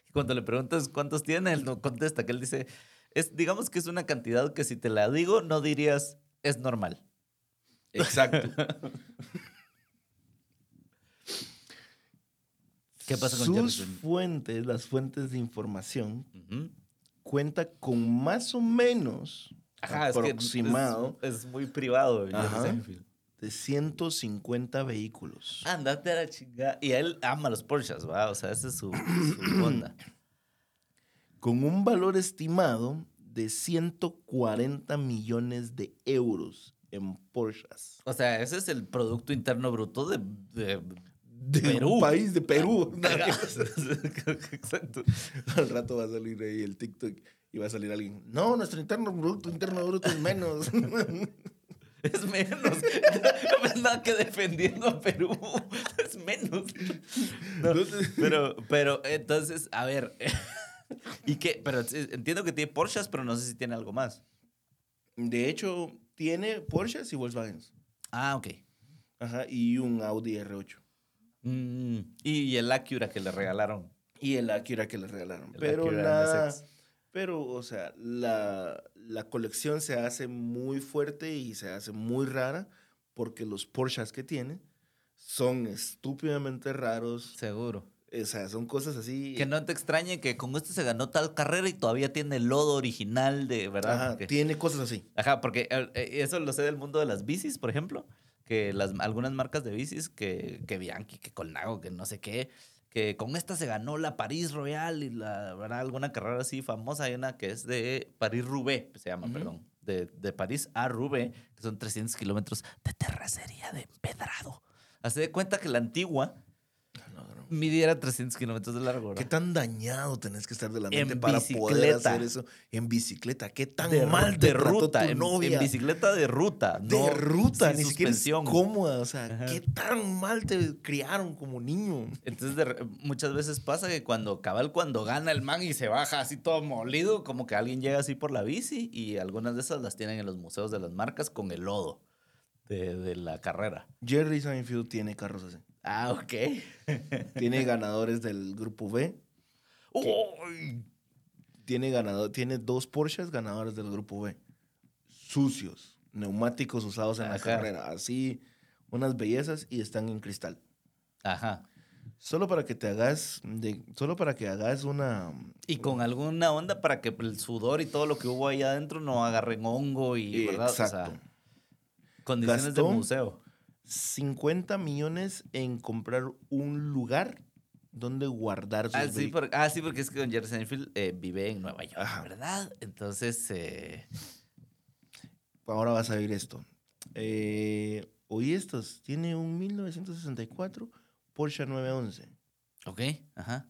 Speaker 1: Y cuando le preguntas cuántos tiene, él no contesta, que él dice, es, digamos que es una cantidad que si te la digo, no dirías, es normal.
Speaker 2: Exacto.
Speaker 1: [LAUGHS] ¿Qué pasa con Jerry
Speaker 2: Sus
Speaker 1: Seinfeld?
Speaker 2: fuentes, las fuentes de información,
Speaker 1: Ujú.
Speaker 2: cuenta con más o menos
Speaker 1: Ajá, es que
Speaker 2: aproximado
Speaker 1: Es, es muy privado Jerry
Speaker 2: Ajá.
Speaker 1: Seinfeld.
Speaker 2: de 150 vehículos.
Speaker 1: Andate a la chingada. Y él ama los Porsches, ¿va? O sea, esa es su,
Speaker 2: [CLEARS THROAT]
Speaker 1: su onda.
Speaker 2: Con un valor estimado de 140 millones de euros en Porsches.
Speaker 1: O sea, ese es el Producto Interno Bruto de- de
Speaker 2: De
Speaker 1: Perú. Ah,
Speaker 2: un
Speaker 1: [LAUGHS]
Speaker 2: país de Perú.
Speaker 1: Exacto.
Speaker 2: [LAUGHS] Al rato va a salir ahí el TikTok y va a salir alguien. No, nuestro interno bruto, interno bruto
Speaker 1: [LAUGHS]
Speaker 2: es menos.
Speaker 1: Es menos. No es nada que defendiendo a Perú. [LAUGHS] Es menos. No,
Speaker 2: Entonces- [LAUGHS]
Speaker 1: pero, pero entonces, a ver. [LAUGHS] ¿Y qué? Pero sí, entiendo que tiene Porsches, pero no sé si tiene algo más.
Speaker 2: de hecho, tiene Porsches y Volkswagen.
Speaker 1: Ah, ok.
Speaker 2: Ajá, y un Audi R8.
Speaker 1: Mm, y el Acura que le regalaron.
Speaker 2: Y el Acura que le regalaron.
Speaker 1: El
Speaker 2: pero
Speaker 1: Acura
Speaker 2: la...
Speaker 1: NSX.
Speaker 2: Pero, o sea, la, la colección se hace muy fuerte y se hace muy rara porque los Porsches que tiene son estúpidamente raros.
Speaker 1: Seguro.
Speaker 2: O sea, son cosas así.
Speaker 1: Que no te extrañe que con esto se ganó tal carrera y todavía tiene el lodo original de, ¿verdad?
Speaker 2: Ajá,
Speaker 1: Porque-
Speaker 2: tiene cosas así.
Speaker 1: Ajá, porque eh, eh, eso lo sé del mundo de las bicis, por ejemplo, que las, algunas marcas de bicis, que, que Bianchi, que Colnago, que no sé qué, que con esta se ganó la París Royal y la, ¿verdad? alguna carrera así famosa, hay una que es de París Roubaix, se llama,
Speaker 2: Ujú.
Speaker 1: perdón, de, de París a Roubaix, que son 300 kilómetros de terracería de empedrado. Hace de cuenta que la antigua Ah, midiera 300 kilómetros de largo. ¿verdad?
Speaker 2: ¿Qué tan dañado tenés que estar de la
Speaker 1: En
Speaker 2: mente para poder
Speaker 1: bicicleta.
Speaker 2: hacer eso? En bicicleta. ¿Qué tan
Speaker 1: de,
Speaker 2: mal
Speaker 1: de
Speaker 2: te trató
Speaker 1: ruta,
Speaker 2: tu
Speaker 1: en,
Speaker 2: novia?
Speaker 1: en bicicleta de ruta,
Speaker 2: de
Speaker 1: no
Speaker 2: ruta,
Speaker 1: sin
Speaker 2: ni siquiera es
Speaker 1: suspensión.
Speaker 2: cómoda. O sea,
Speaker 1: Ajá.
Speaker 2: ¿qué tan mal te criaron como niño?
Speaker 1: Entonces, de re- muchas veces pasa que cuando cabal, cuando gana el man y se baja así todo molido, como que alguien llega así por la bici y algunas de esas las tienen en los museos de las marcas con el lodo de, de la carrera.
Speaker 2: Jerry Seinfeld tiene carros así.
Speaker 1: Ah, ok. [LAUGHS]
Speaker 2: Tiene ganadores del grupo B.
Speaker 1: Oh. Uy,
Speaker 2: Tiene, ganado, tiene dos Porsches ganadores del grupo B. Sucios. Neumáticos usados en la
Speaker 1: Ajá.
Speaker 2: carrera. Así, unas bellezas y están en cristal.
Speaker 1: Ajá.
Speaker 2: Solo para que te hagas, de, solo para que hagas una...
Speaker 1: Y con alguna onda para que el sudor y todo lo que hubo ahí adentro no agarren hongo y, ¿verdad? O sea,
Speaker 2: Exacto.
Speaker 1: condiciones de
Speaker 2: Gastó
Speaker 1: museo.
Speaker 2: 50 millones en comprar un lugar donde guardar sus
Speaker 1: Ah sí,
Speaker 2: vehículos.
Speaker 1: por- ah, sí, porque es que Don Jerry Seinfeld eh, vive en Nueva York,
Speaker 2: Ajá.
Speaker 1: ¿verdad? Entonces, eh,
Speaker 2: Ahora vas a oír esto. Eh, oí estos. Tiene un 1964 Porsche 911.
Speaker 1: ok, ajá.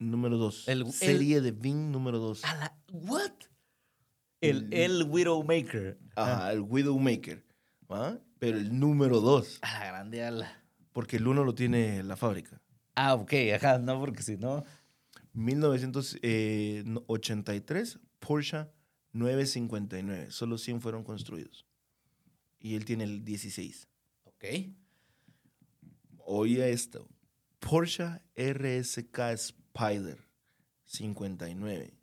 Speaker 2: Número 2.
Speaker 1: El- Ah. el-
Speaker 2: Serie de VIN número 2.
Speaker 1: A la. ¿What? El, el Widowmaker. Ah.
Speaker 2: Ajá, el Widowmaker. ¿va? Pero el número 2.
Speaker 1: A la grande ala.
Speaker 2: Porque el 1 lo tiene la fábrica.
Speaker 1: Ah, ok, ajá, no, porque si no.
Speaker 2: 1983 Porsche 959. Solo 100 fueron construidos. Y él tiene el 16.
Speaker 1: Ok.
Speaker 2: Oía esto. Porsche RSK Spider 59.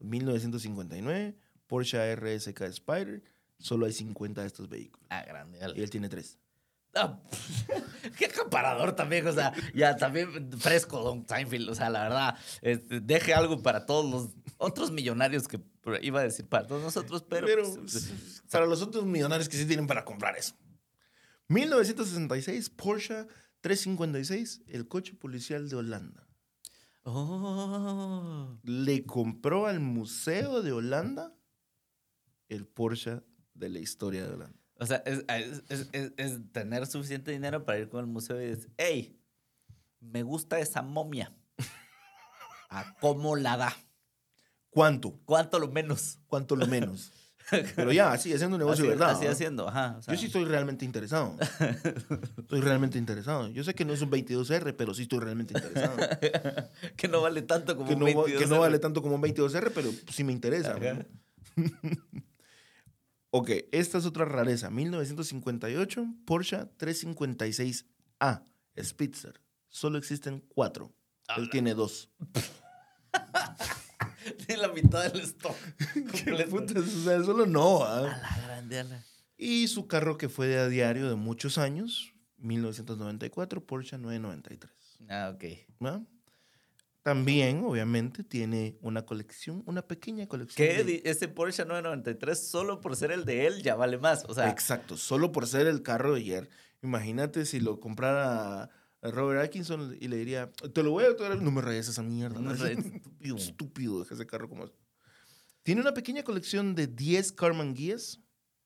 Speaker 2: 1959, Porsche RSK Spider. Solo hay 50 de estos vehículos.
Speaker 1: A grande
Speaker 2: Y
Speaker 1: ala.
Speaker 2: él tiene 3.
Speaker 1: Ah, [LAUGHS] qué acaparador también, o sea, ya también fresco Don Seinfeld, o sea, la verdad, este, deje algo para todos los otros millonarios que pero, iba a decir para todos nosotros, pero.
Speaker 2: Pero
Speaker 1: pues,
Speaker 2: s- para los otros millonarios que sí tienen para comprar eso. 1966, Porsche 356, el coche policial de Holanda.
Speaker 1: oh,
Speaker 2: Le compró al Museo de Holanda el Porsche de la historia de Holanda.
Speaker 1: o sea, es, es- es- es- es tener suficiente dinero para ir con el museo y decir, hey, me gusta esa momia. [LAUGHS] ¿A cómo la da?
Speaker 2: ¿Cuánto?
Speaker 1: ¿Cuánto lo menos?
Speaker 2: ¿Cuánto lo menos?
Speaker 1: [LAUGHS]
Speaker 2: Pero ya, así, haciendo un negocio,
Speaker 1: así,
Speaker 2: ¿verdad?
Speaker 1: así
Speaker 2: ¿ah?
Speaker 1: haciendo, ajá. o sea,
Speaker 2: Yo sí estoy realmente interesado. Estoy realmente interesado. Yo sé que no es un 22R, pero sí estoy realmente interesado.
Speaker 1: que no vale tanto [LAUGHS] como
Speaker 2: que
Speaker 1: un
Speaker 2: no, va- que
Speaker 1: 22
Speaker 2: no vale
Speaker 1: euros.
Speaker 2: tanto como un 22R, pero sí me interesa.
Speaker 1: Ajá. [LAUGHS]
Speaker 2: ¿no? ok, esta es otra rareza. 1958, Porsche 356A Spitzer. Solo existen cuatro. Él
Speaker 1: [LAUGHS]
Speaker 2: tiene dos.
Speaker 1: Tiene la mitad del stock.
Speaker 2: [LAUGHS] ¿Qué
Speaker 1: completo.
Speaker 2: putas? [LAUGHS] O sea, solo no.
Speaker 1: A
Speaker 2: ¿ah?
Speaker 1: la grande, a la-
Speaker 2: Y su carro que fue de a diario de muchos años, 1994, Porsche 993.
Speaker 1: Ah, ok.
Speaker 2: ¿va? También, obviamente, tiene una colección, una pequeña colección.
Speaker 1: Que
Speaker 2: de-
Speaker 1: di- ese Porsche 993, solo por ser el de él, ya vale más. O sea,
Speaker 2: Exacto, solo por ser el carro de ayer. Imagínate si lo comprara a Robert Atkinson y le diría, te lo voy a autografiar". No me rayes esa mierda.
Speaker 1: No
Speaker 2: ¿no?
Speaker 1: me rayes, estúpido.
Speaker 2: Estúpido, deja ese carro como es. Tiene una pequeña colección de 10 Carman Guías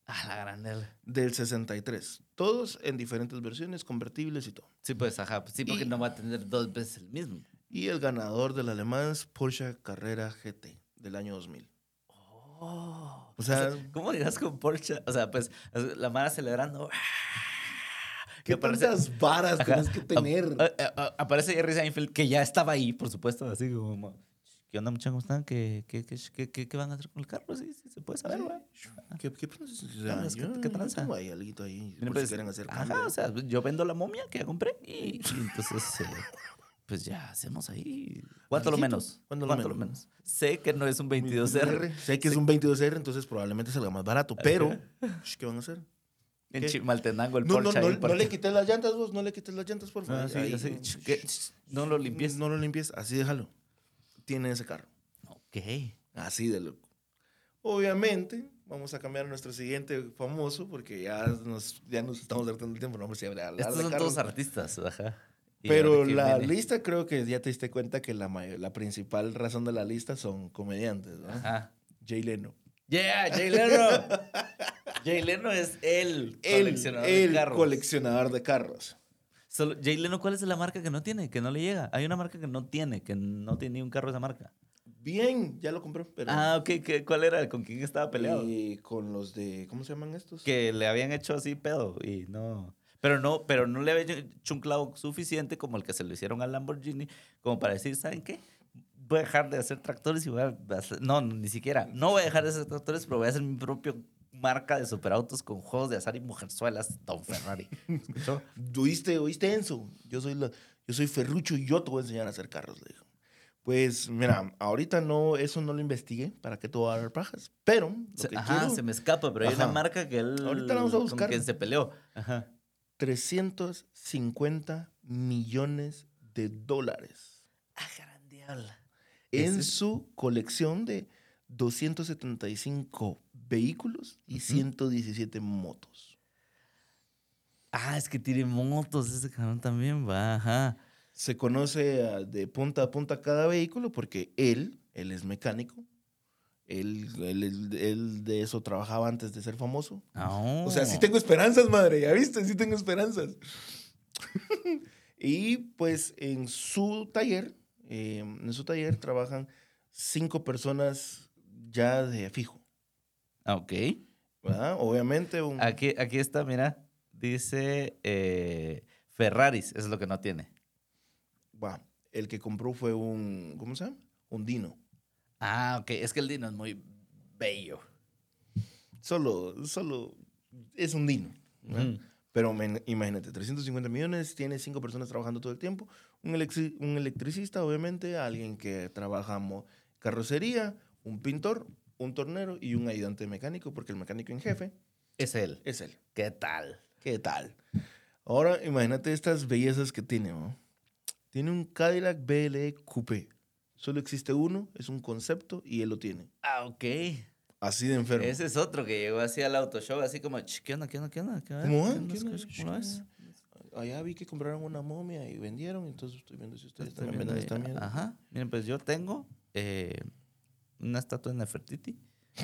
Speaker 1: a la grande. a la-
Speaker 2: del 63. Todos en diferentes versiones, convertibles y todo.
Speaker 1: Sí, pues, ajá. Sí, porque
Speaker 2: Y-
Speaker 1: no va a tener dos veces el mismo.
Speaker 2: Y el ganador del alemán es Porsche Carrera GT del año 2000.
Speaker 1: Oh.
Speaker 2: O sea,
Speaker 1: ¿Cómo llegas con Porsche? O sea, pues, la mara celebrando. "Ah",
Speaker 2: ¿qué
Speaker 1: parece-
Speaker 2: tantas varas tienes que tener?
Speaker 1: A- a- a- aparece Jerry Seinfeld, que ya estaba ahí, por supuesto, así como... ¿Qué onda, muchachos? ¿Cómo están? ¿Qué, qué, qué, qué, qué- qué van a hacer con el carro? Sí, sí, se puede saber, ¿verdad?
Speaker 2: ¿Qué, qué, piensas? O sea,
Speaker 1: Carlos, ¿qué-
Speaker 2: yo-
Speaker 1: qué
Speaker 2: yo
Speaker 1: tranza?
Speaker 2: tengo ahí alguito ahí,
Speaker 1: Mira,
Speaker 2: por si
Speaker 1: pues,
Speaker 2: quieren hacer
Speaker 1: ajá,
Speaker 2: cambio.
Speaker 1: o sea, pues, yo vendo la momia que ya compré y, y entonces, eh, pues ya hacemos ahí... ¿Cuánto lo
Speaker 2: Algo,
Speaker 1: menos?
Speaker 2: ¿cuánto lo
Speaker 1: ¿Cuánto lo
Speaker 2: menos?
Speaker 1: menos? Sé que no es un 22R.
Speaker 2: Sé que es un 22R, entonces probablemente salga más barato, pero sh, ¿qué van a hacer?
Speaker 1: En
Speaker 2: ¿Qué?
Speaker 1: Chimaltenango [LAUGHS] el
Speaker 2: No, no,
Speaker 1: Porsche. ahí
Speaker 2: no,
Speaker 1: en
Speaker 2: no le
Speaker 1: Puerto-
Speaker 2: quites las llantas vos, no le quites las llantas, por favor.
Speaker 1: Ah, sí,
Speaker 2: Ahí,
Speaker 1: así,
Speaker 2: no,
Speaker 1: ch- que- ch- no lo limpies.
Speaker 2: No lo limpies, así déjalo. Tiene ese carro,
Speaker 1: Ok.
Speaker 2: así de loco. Obviamente, vamos a cambiar a nuestro siguiente famoso porque ya nos, ya nos estamos hartando el tiempo, no hombre, si habrá hablar
Speaker 1: Estos
Speaker 2: de
Speaker 1: son
Speaker 2: carros.
Speaker 1: todos artistas, ajá. Y
Speaker 2: Pero
Speaker 1: Enrique
Speaker 2: la
Speaker 1: Mene.
Speaker 2: lista creo que ya te diste cuenta que la, may- la principal razón de la lista son comediantes, ¿no?
Speaker 1: Ajá.
Speaker 2: Jay Leno.
Speaker 1: Yeah, Jay
Speaker 2: [LAUGHS]
Speaker 1: Leno. Jay Leno es el,
Speaker 2: El,
Speaker 1: coleccionador
Speaker 2: el
Speaker 1: de carros.
Speaker 2: coleccionador de carros.
Speaker 1: Solo- Jay Leno, ¿cuál es la marca que no tiene? Que no le llega. Hay una marca que no tiene, que no tiene ni un carro esa marca.
Speaker 2: Bien, ya lo compré, pero...
Speaker 1: Ah, ok. ¿qué- ¿Cuál era? ¿Con quién estaba peleado?
Speaker 2: Y con los de... ¿Cómo se llaman estos?
Speaker 1: Que le habían hecho así pedo y no... Pero no, pero no le había hecho un clavo suficiente como el que se lo hicieron al Lamborghini como para decir, ¿saben qué? Voy a dejar de hacer tractores y voy a hacer- No, ni siquiera. No voy a dejar de hacer tractores, pero voy a hacer mi propio marca de superautos con juegos de azar y mujerzuelas, Don Ferrari. ¿Escuchó?
Speaker 2: ¿Oíste, oíste Enzo? Yo soy, la- yo soy Ferrucho y yo te voy a enseñar a hacer carros, le dijo. Pues, mira, ahorita no, eso no lo investigué, ¿para qué te voy a dar pajas? Pero, [LAUGHS] lo
Speaker 1: Se-
Speaker 2: que
Speaker 1: Ajá,
Speaker 2: quiero,
Speaker 1: se me escapa, pero hay una
Speaker 2: Ajá.
Speaker 1: marca que él...
Speaker 2: Ahorita la vamos a
Speaker 1: con
Speaker 2: buscar.
Speaker 1: quien se peleó. Ajá.
Speaker 2: 350 millones de dólares
Speaker 1: Ah, gran diablo.
Speaker 2: en
Speaker 1: Ese-
Speaker 2: su colección de 275 vehículos y
Speaker 1: Ujú.
Speaker 2: 117 motos.
Speaker 1: Ah, es que tiene motos ese cabrón también, va, ajá.
Speaker 2: Se conoce ah, de punta a punta cada vehículo porque él, él es mecánico, él, él- él- él de eso trabajaba antes de ser famoso. O sea, sí
Speaker 1: te
Speaker 2: tengo esperanzas, madre, ya viste, sí tengo esperanzas. [LAUGHS] y pues en su taller, eh, en su taller trabajan cinco personas ya de fijo,
Speaker 1: Ah, Ok.
Speaker 2: ¿verdad? Obviamente un...
Speaker 1: Aquí, aquí está, mira. Dice eh, Ferraris, eso es lo que no tiene.
Speaker 2: va, el que compró fue un, ¿cómo se llama? Un Dino.
Speaker 1: Ah, ok. Es que el Dino es muy bello.
Speaker 2: Solo, solo, es un Dino. ¿verdad?
Speaker 1: Ujú.
Speaker 2: Pero men- imagínate, 350 millones, tiene cinco personas trabajando todo el tiempo, un, electri- un electricista, obviamente, alguien que trabaja mo- carrocería, un pintor, un tornero y un ayudante mecánico, porque el mecánico en jefe
Speaker 1: Es él.
Speaker 2: es él.
Speaker 1: ¿Qué tal?
Speaker 2: ¿Qué tal? Ahora imagínate estas bellezas que tiene. ¿no? Tiene un Cadillac BLE Coupé. Solo existe uno, es un concepto y él lo tiene.
Speaker 1: Ah, ok.
Speaker 2: Así de enfermo.
Speaker 1: Ese es otro que llegó así al auto show, así como, "Ch, ¿qué onda? ¿Qué onda? ¿Qué onda? ¿Qué onda?
Speaker 2: ¿Cómo va?
Speaker 1: ¿Qué onda?
Speaker 2: ¿Qué onda?
Speaker 1: ¿Escuchas? ¿Cómo es?
Speaker 2: Allá vi que compraron una momia y vendieron, entonces estoy viendo si ustedes
Speaker 1: Estoy
Speaker 2: también
Speaker 1: viendo
Speaker 2: venden
Speaker 1: ahí.
Speaker 2: esta mierda.
Speaker 1: Ajá. Miren, pues yo tengo eh, una estatua de Nefertiti.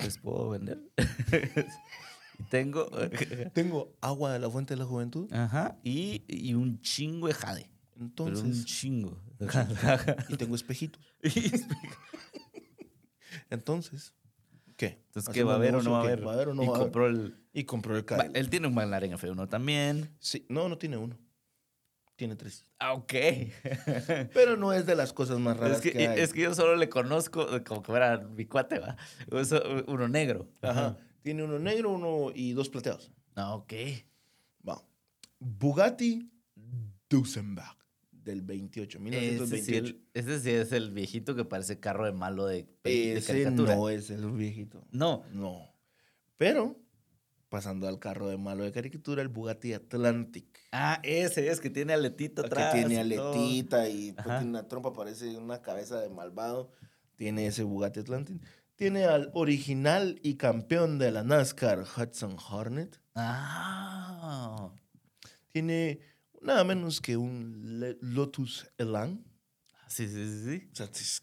Speaker 1: Les puedo vender. [LAUGHS] Y tengo.
Speaker 2: [LAUGHS] Tengo agua de la fuente de la juventud.
Speaker 1: Ajá. Y, y un chingo de jade. Ah, Pero un [LAUGHS]
Speaker 2: Entonces,
Speaker 1: chingo.
Speaker 2: y tengo espejitos. Entonces, ¿qué?
Speaker 1: Entonces, pues, ¿qué
Speaker 2: ¿Hacemos
Speaker 1: va a haber o
Speaker 2: negocio
Speaker 1: no va a
Speaker 2: qué?
Speaker 1: haber?
Speaker 2: ¿Va a haber o no
Speaker 1: y
Speaker 2: va a haber?
Speaker 1: compró el.
Speaker 2: Y compró el
Speaker 1: Va,
Speaker 2: Cadillac.
Speaker 1: él tiene un McLaren F1 también.
Speaker 2: Sí, no, no tiene uno. Tiene
Speaker 1: [LAUGHS]
Speaker 2: tres.
Speaker 1: Ah, ok.
Speaker 2: Pero no es de las cosas más raras
Speaker 1: Es que,
Speaker 2: que, hay.
Speaker 1: es que yo solo le conozco eh, como que era mi cuate, va. Eso, Uno negro.
Speaker 2: Ajá. Tiene uno negro, uno y dos plateados.
Speaker 1: Ah, ok.
Speaker 2: Va. Bugatti Duesenberg del 28,
Speaker 1: Ese sí,
Speaker 2: 1928.
Speaker 1: el- ese sí es el viejito que parece carro de malo de, de
Speaker 2: Ese
Speaker 1: caricatura.
Speaker 2: no es el viejito.
Speaker 1: No.
Speaker 2: No. Pero, pasando al carro de malo de caricatura, el Bugatti Atlantic.
Speaker 1: Ah, ese es que tiene aletita
Speaker 2: Ah, que
Speaker 1: atrás.
Speaker 2: tiene
Speaker 1: y todo.
Speaker 2: aletita y pues,
Speaker 1: Ajá.
Speaker 2: tiene una trompa, parece una cabeza de malvado. Tiene ese Bugatti Atlantic. Tiene al original y campeón de la NASCAR, Hudson Hornet.
Speaker 1: Ah.
Speaker 2: Tiene nada menos que un Le- Lotus Elan.
Speaker 1: Sí, sí, sí, sí.
Speaker 2: O sea, tis-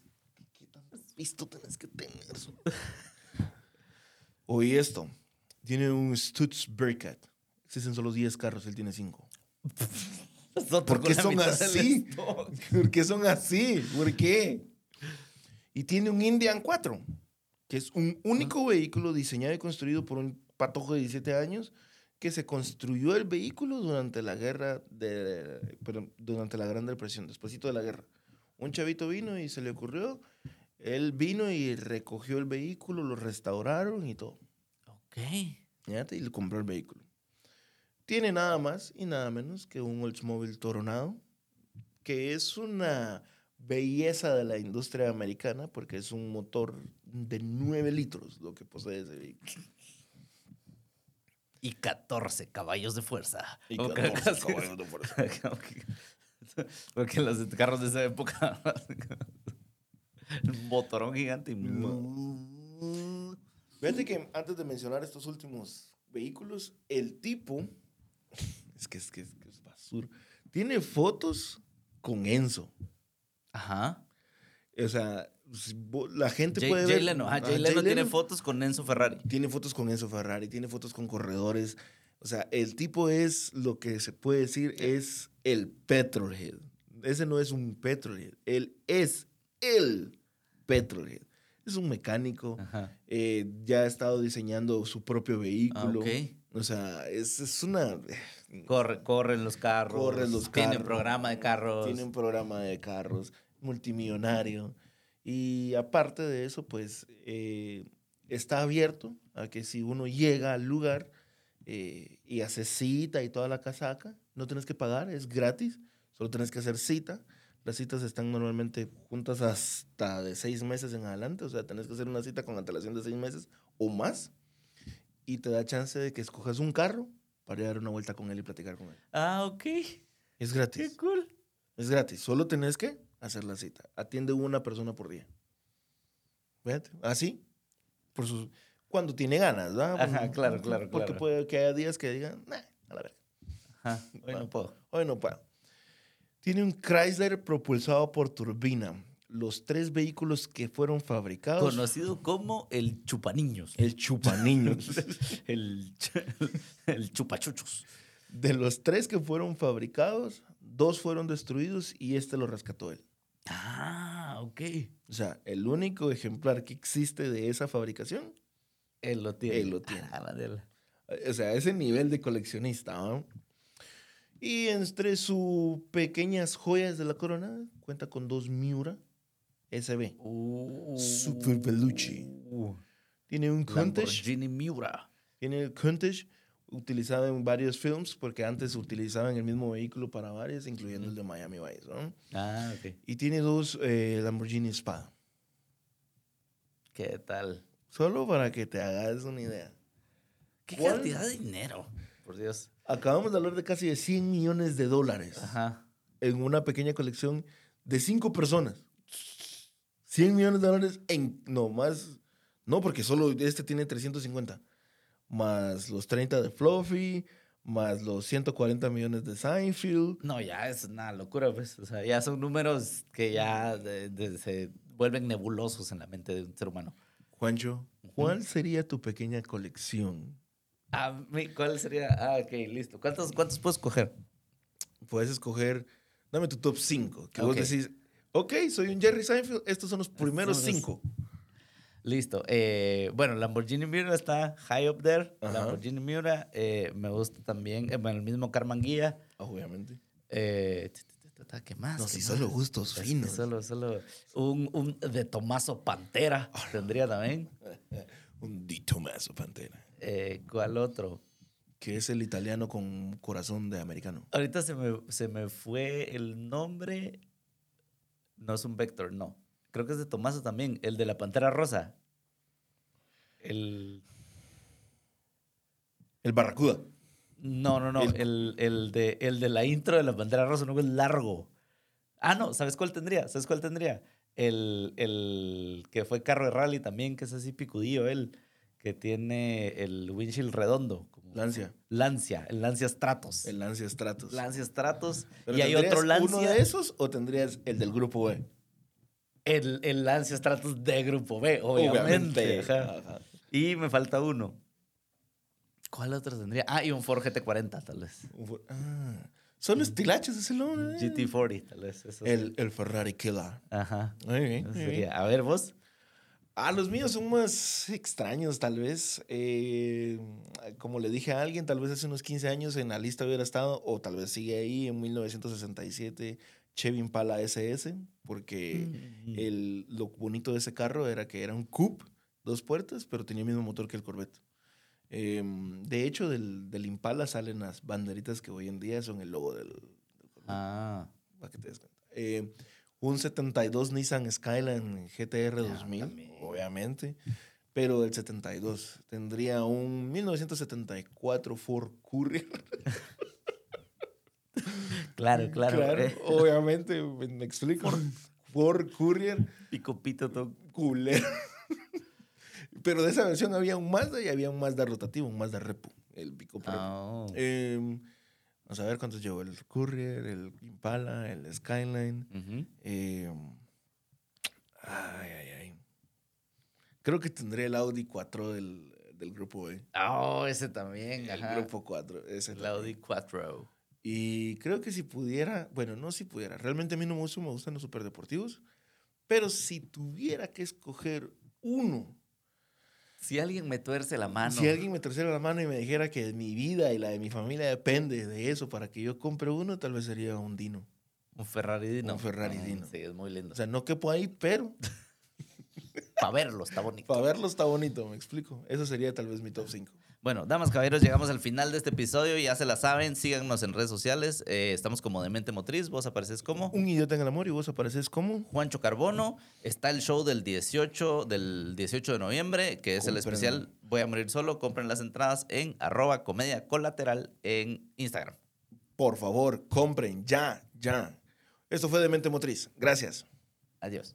Speaker 2: ¿qué tantas visto tenés que tener? [LAUGHS] Oye, esto. Tiene un Stutz Burkett. Existen solo 10 carros, él tiene 5.
Speaker 1: Nosotros
Speaker 2: ¿Por
Speaker 1: con
Speaker 2: qué
Speaker 1: la
Speaker 2: son
Speaker 1: mitad del
Speaker 2: así?
Speaker 1: stock.
Speaker 2: [LAUGHS] ¿Por qué son así? ¿Por qué? Y tiene un Indian 4, que es un único vehículo diseñado y construido por un patojo de 17 años que se construyó el vehículo durante la guerra de perdón, durante la Gran Depresión, despuesito de la guerra. Un chavito vino y se le ocurrió, él vino y recogió el vehículo, lo restauraron y todo.
Speaker 1: Ok.
Speaker 2: Fíjate, y le compró el vehículo. Tiene nada más y nada menos que un Oldsmobile Toronado, que es una belleza de la industria americana porque es un motor de 9 litros lo que posee ese vehículo.
Speaker 1: Y 14 caballos de fuerza.
Speaker 2: Y
Speaker 1: Como que
Speaker 2: 14
Speaker 1: casi-
Speaker 2: caballos de fuerza.
Speaker 1: como que- [LAUGHS] Porque los carros de esa época. [LAUGHS] un motorón gigante. y-
Speaker 2: Fíjate que antes de mencionar estos últimos vehículos, el tipo, es que es, que, es, que es basura, tiene fotos con Enzo.
Speaker 1: Ajá.
Speaker 2: O sea, pues, vo- la gente
Speaker 1: Jay,
Speaker 2: puede
Speaker 1: Jay
Speaker 2: ver.
Speaker 1: Leno, ajá,
Speaker 2: Ah,
Speaker 1: Jay Leno tiene
Speaker 2: Leno
Speaker 1: fotos con Enzo Ferrari.
Speaker 2: tiene fotos con Enzo Ferrari, tiene fotos con corredores. O sea, el tipo es lo que se puede decir es el petrolhead. Ese no es un petrolhead. Él es el petrolhead. Es un mecánico.
Speaker 1: Ajá.
Speaker 2: eh, ya ha estado diseñando su propio
Speaker 1: Ah,
Speaker 2: vehículo.
Speaker 1: ok.
Speaker 2: O sea, es, es una.
Speaker 1: Corre, corren los carros.
Speaker 2: Corren los
Speaker 1: Tiene
Speaker 2: carros.
Speaker 1: programa de carros.
Speaker 2: Tiene un programa de carros, multimillonario. Y aparte de eso, pues eh, está abierto a que si uno llega al lugar eh, y hace cita y toda la casaca, no tienes que pagar, es gratis, solo tienes que hacer cita. Las citas están normalmente juntas hasta de seis meses en adelante, o sea, tenés que hacer una cita con antelación de seis meses o más y te da chance de que escojas un carro para ir a dar una vuelta con él y platicar con él.
Speaker 1: Ah, ok.
Speaker 2: Es gratis.
Speaker 1: Qué cool.
Speaker 2: Es gratis. Solo tenés que hacer la cita. Atiende una persona por día. Fíjate. Así. Por sus, cuando tiene ganas, ¿verdad?
Speaker 1: Ajá,
Speaker 2: Por-
Speaker 1: claro, claro,
Speaker 2: Porque
Speaker 1: claro.
Speaker 2: puede que haya días que digan, nah, a la verga.
Speaker 1: Ajá. Hoy no
Speaker 2: Va.
Speaker 1: puedo.
Speaker 2: Hoy no puedo. Tiene un Chrysler propulsado por turbina. Los tres vehículos que fueron fabricados.
Speaker 1: Conocido como el chupaniños.
Speaker 2: el
Speaker 1: [LAUGHS]
Speaker 2: chupaniños.
Speaker 1: El, ch- el chupachuchos.
Speaker 2: de los tres que fueron fabricados, dos fueron destruidos y este lo rescató él.
Speaker 1: Ah, ok.
Speaker 2: O sea, el único ejemplar que existe de esa fabricación
Speaker 1: Él lo tiene.
Speaker 2: Él lo tiene.
Speaker 1: Ah, la de la-
Speaker 2: O sea, ese nivel de coleccionista. ¿no? Y entre sus pequeñas joyas de la corona, cuenta con dos Miura SB.
Speaker 1: Uh,
Speaker 2: Super peluche.
Speaker 1: uh,
Speaker 2: Tiene un Countach,
Speaker 1: Lamborghini Miura.
Speaker 2: tiene el Countach utilizado en varios films, porque antes utilizaban el mismo vehículo para varios, incluyendo el de Miami Vice. ¿no?
Speaker 1: Ah, ok.
Speaker 2: Y tiene dos eh, Lamborghini Espada.
Speaker 1: ¿Qué tal?
Speaker 2: Solo para que te hagas una idea.
Speaker 1: ¿Qué
Speaker 2: ¿Cuál?
Speaker 1: cantidad de dinero? Por Dios.
Speaker 2: Acabamos de hablar de casi de 100 millones de dólares.
Speaker 1: Ajá.
Speaker 2: en una pequeña colección de cinco personas. 100 millones de dólares en... No, más... No, porque solo este tiene 350. Más los 30 de Fluffy, más los 140 millones de Seinfeld.
Speaker 1: No, ya es una locura, pues. O sea, ya son números que ya de- de- se vuelven nebulosos en la mente de un ser humano.
Speaker 2: Juancho, ¿cuál sería tu pequeña colección?
Speaker 1: A mí, ¿Cuál sería? Ah, ok, listo. ¿Cuántos, cuántos puedo escoger?
Speaker 2: Puedes escoger... Dame tu top 5. Que
Speaker 1: Ok.
Speaker 2: vos decís, ok, soy un Jerry Seinfeld, estos son los primeros
Speaker 1: son los-
Speaker 2: 5.
Speaker 1: Listo. eh, bueno, Lamborghini Miura está high up there.
Speaker 2: Ajá.
Speaker 1: Lamborghini Miura. eh, me gusta también. eh, bueno, el mismo Carman Guía.
Speaker 2: Obviamente.
Speaker 1: Eh, t- t- t- t- ¿Qué más?
Speaker 2: No,
Speaker 1: ¿Qué
Speaker 2: si
Speaker 1: más?
Speaker 2: solo gustos
Speaker 1: Es que
Speaker 2: finos.
Speaker 1: Solo, solo un, un de Tomaso Pantera
Speaker 2: Ah.
Speaker 1: tendría también.
Speaker 2: Un dito más, Pantera.
Speaker 1: Eh, ¿Cuál otro?
Speaker 2: que es el italiano con corazón de americano.
Speaker 1: Ahorita se me, se me fue el nombre. No es un Vector, no. Creo que es de Tomaso también. El de la Pantera Rosa. El.
Speaker 2: El Barracuda.
Speaker 1: No, no, no. El, el de, el de la intro de la Pantera Rosa, no es largo. Ah, no. ¿Sabes cuál tendría? ¿Sabes cuál tendría? El, el que fue carro de rally también, que es así picudillo él. Que tiene el windshield redondo. como-
Speaker 2: Lancia.
Speaker 1: Lancia. El Lancia Stratos.
Speaker 2: El Lancia Stratos.
Speaker 1: Lancia Stratos.
Speaker 2: Pero
Speaker 1: y hay
Speaker 2: ¿tendrías
Speaker 1: otro Lancia.
Speaker 2: ¿Uno de esos o tendrías el del grupo B?
Speaker 1: El, el Lancia Stratos de Grupo B, obviamente. ajá.
Speaker 2: Ajá.
Speaker 1: Y me falta uno. ¿Cuál otro tendría? Ah, y un Ford GT40, tal vez.
Speaker 2: Un fu- ah, Solo estilachos es el hombre.
Speaker 1: GT40, tal vez. eso sí.
Speaker 2: Mm. El, el Ferrari Killer.
Speaker 1: Ajá.
Speaker 2: Muy bien,
Speaker 1: Eso
Speaker 2: muy bien.
Speaker 1: sería. A ver, vos.
Speaker 2: Ah, los míos son más extraños, tal vez. Eh, como le dije a alguien, tal vez hace unos 15 años en la lista hubiera estado, o tal vez sigue ahí, en 1967, Chevy Impala SS, porque
Speaker 1: Mm. Eh,
Speaker 2: el, lo bonito de ese carro era que era un coupe, dos puertas, pero tenía el mismo motor que el Corvette. Em, de hecho, del, del Impala salen las banderitas que hoy en día son el logo del... del Corvette,
Speaker 1: Ah.
Speaker 2: para que te des cuenta. Em, un 72 Nissan Skyline GTR
Speaker 1: Ah,
Speaker 2: 2000,
Speaker 1: también.
Speaker 2: obviamente, pero del 72. Tendría un 1974 Ford Courier. [LAUGHS]
Speaker 1: Claro, claro. eh.
Speaker 2: obviamente, me, me explico. Ford Courier
Speaker 1: Y copito todo.
Speaker 2: culero. [LAUGHS] Pero de esa versión había un Mazda y había un Mazda rotativo, un Mazda Repu, el pico
Speaker 1: Ah,
Speaker 2: Vamos a ver cuántos llevo. El Courier, el Impala, el Skyline.
Speaker 1: ujú.
Speaker 2: em, Eh, ay, ay, Creo que tendré el Audi 4 del, del grupo B.
Speaker 1: Oh, ese también.
Speaker 2: El
Speaker 1: ajá.
Speaker 2: grupo 4. Ese
Speaker 1: El
Speaker 2: también.
Speaker 1: Audi 4.
Speaker 2: Y creo que si pudiera, bueno, no si pudiera, realmente a mí no me gustan, me gustan los superdeportivos, pero si tuviera que escoger uno,
Speaker 1: Si alguien me tuerce la mano.
Speaker 2: si alguien me torciera la mano y me dijera que mi vida y la de mi familia depende de eso para que yo compre uno, tal vez sería un Dino.
Speaker 1: Un Ferrari Dino.
Speaker 2: Un Ferrari
Speaker 1: Ah,
Speaker 2: Dino.
Speaker 1: Sí, es muy lindo.
Speaker 2: O sea, no quepo ahí, pero [LAUGHS]
Speaker 1: para verlo, está bonito.
Speaker 2: para verlo está bonito, me explico. Eso sería tal vez mi top 5.
Speaker 1: Bueno, damas, caballeros, llegamos al final de este episodio. Ya se la saben, síganos en redes sociales. Eh, estamos como Demente Motriz. Vos apareces como
Speaker 2: Un idiota en el amor y vos apareces como...
Speaker 1: Juancho Carbono. Está el show del 18, del 18 de noviembre, que es el
Speaker 2: Compren.
Speaker 1: especial Voy a morir solo. Compren las entradas en arroba comedia colateral en Instagram.
Speaker 2: Por favor, compren ya, ya. Esto fue Demente Motriz. Gracias.
Speaker 1: Adiós.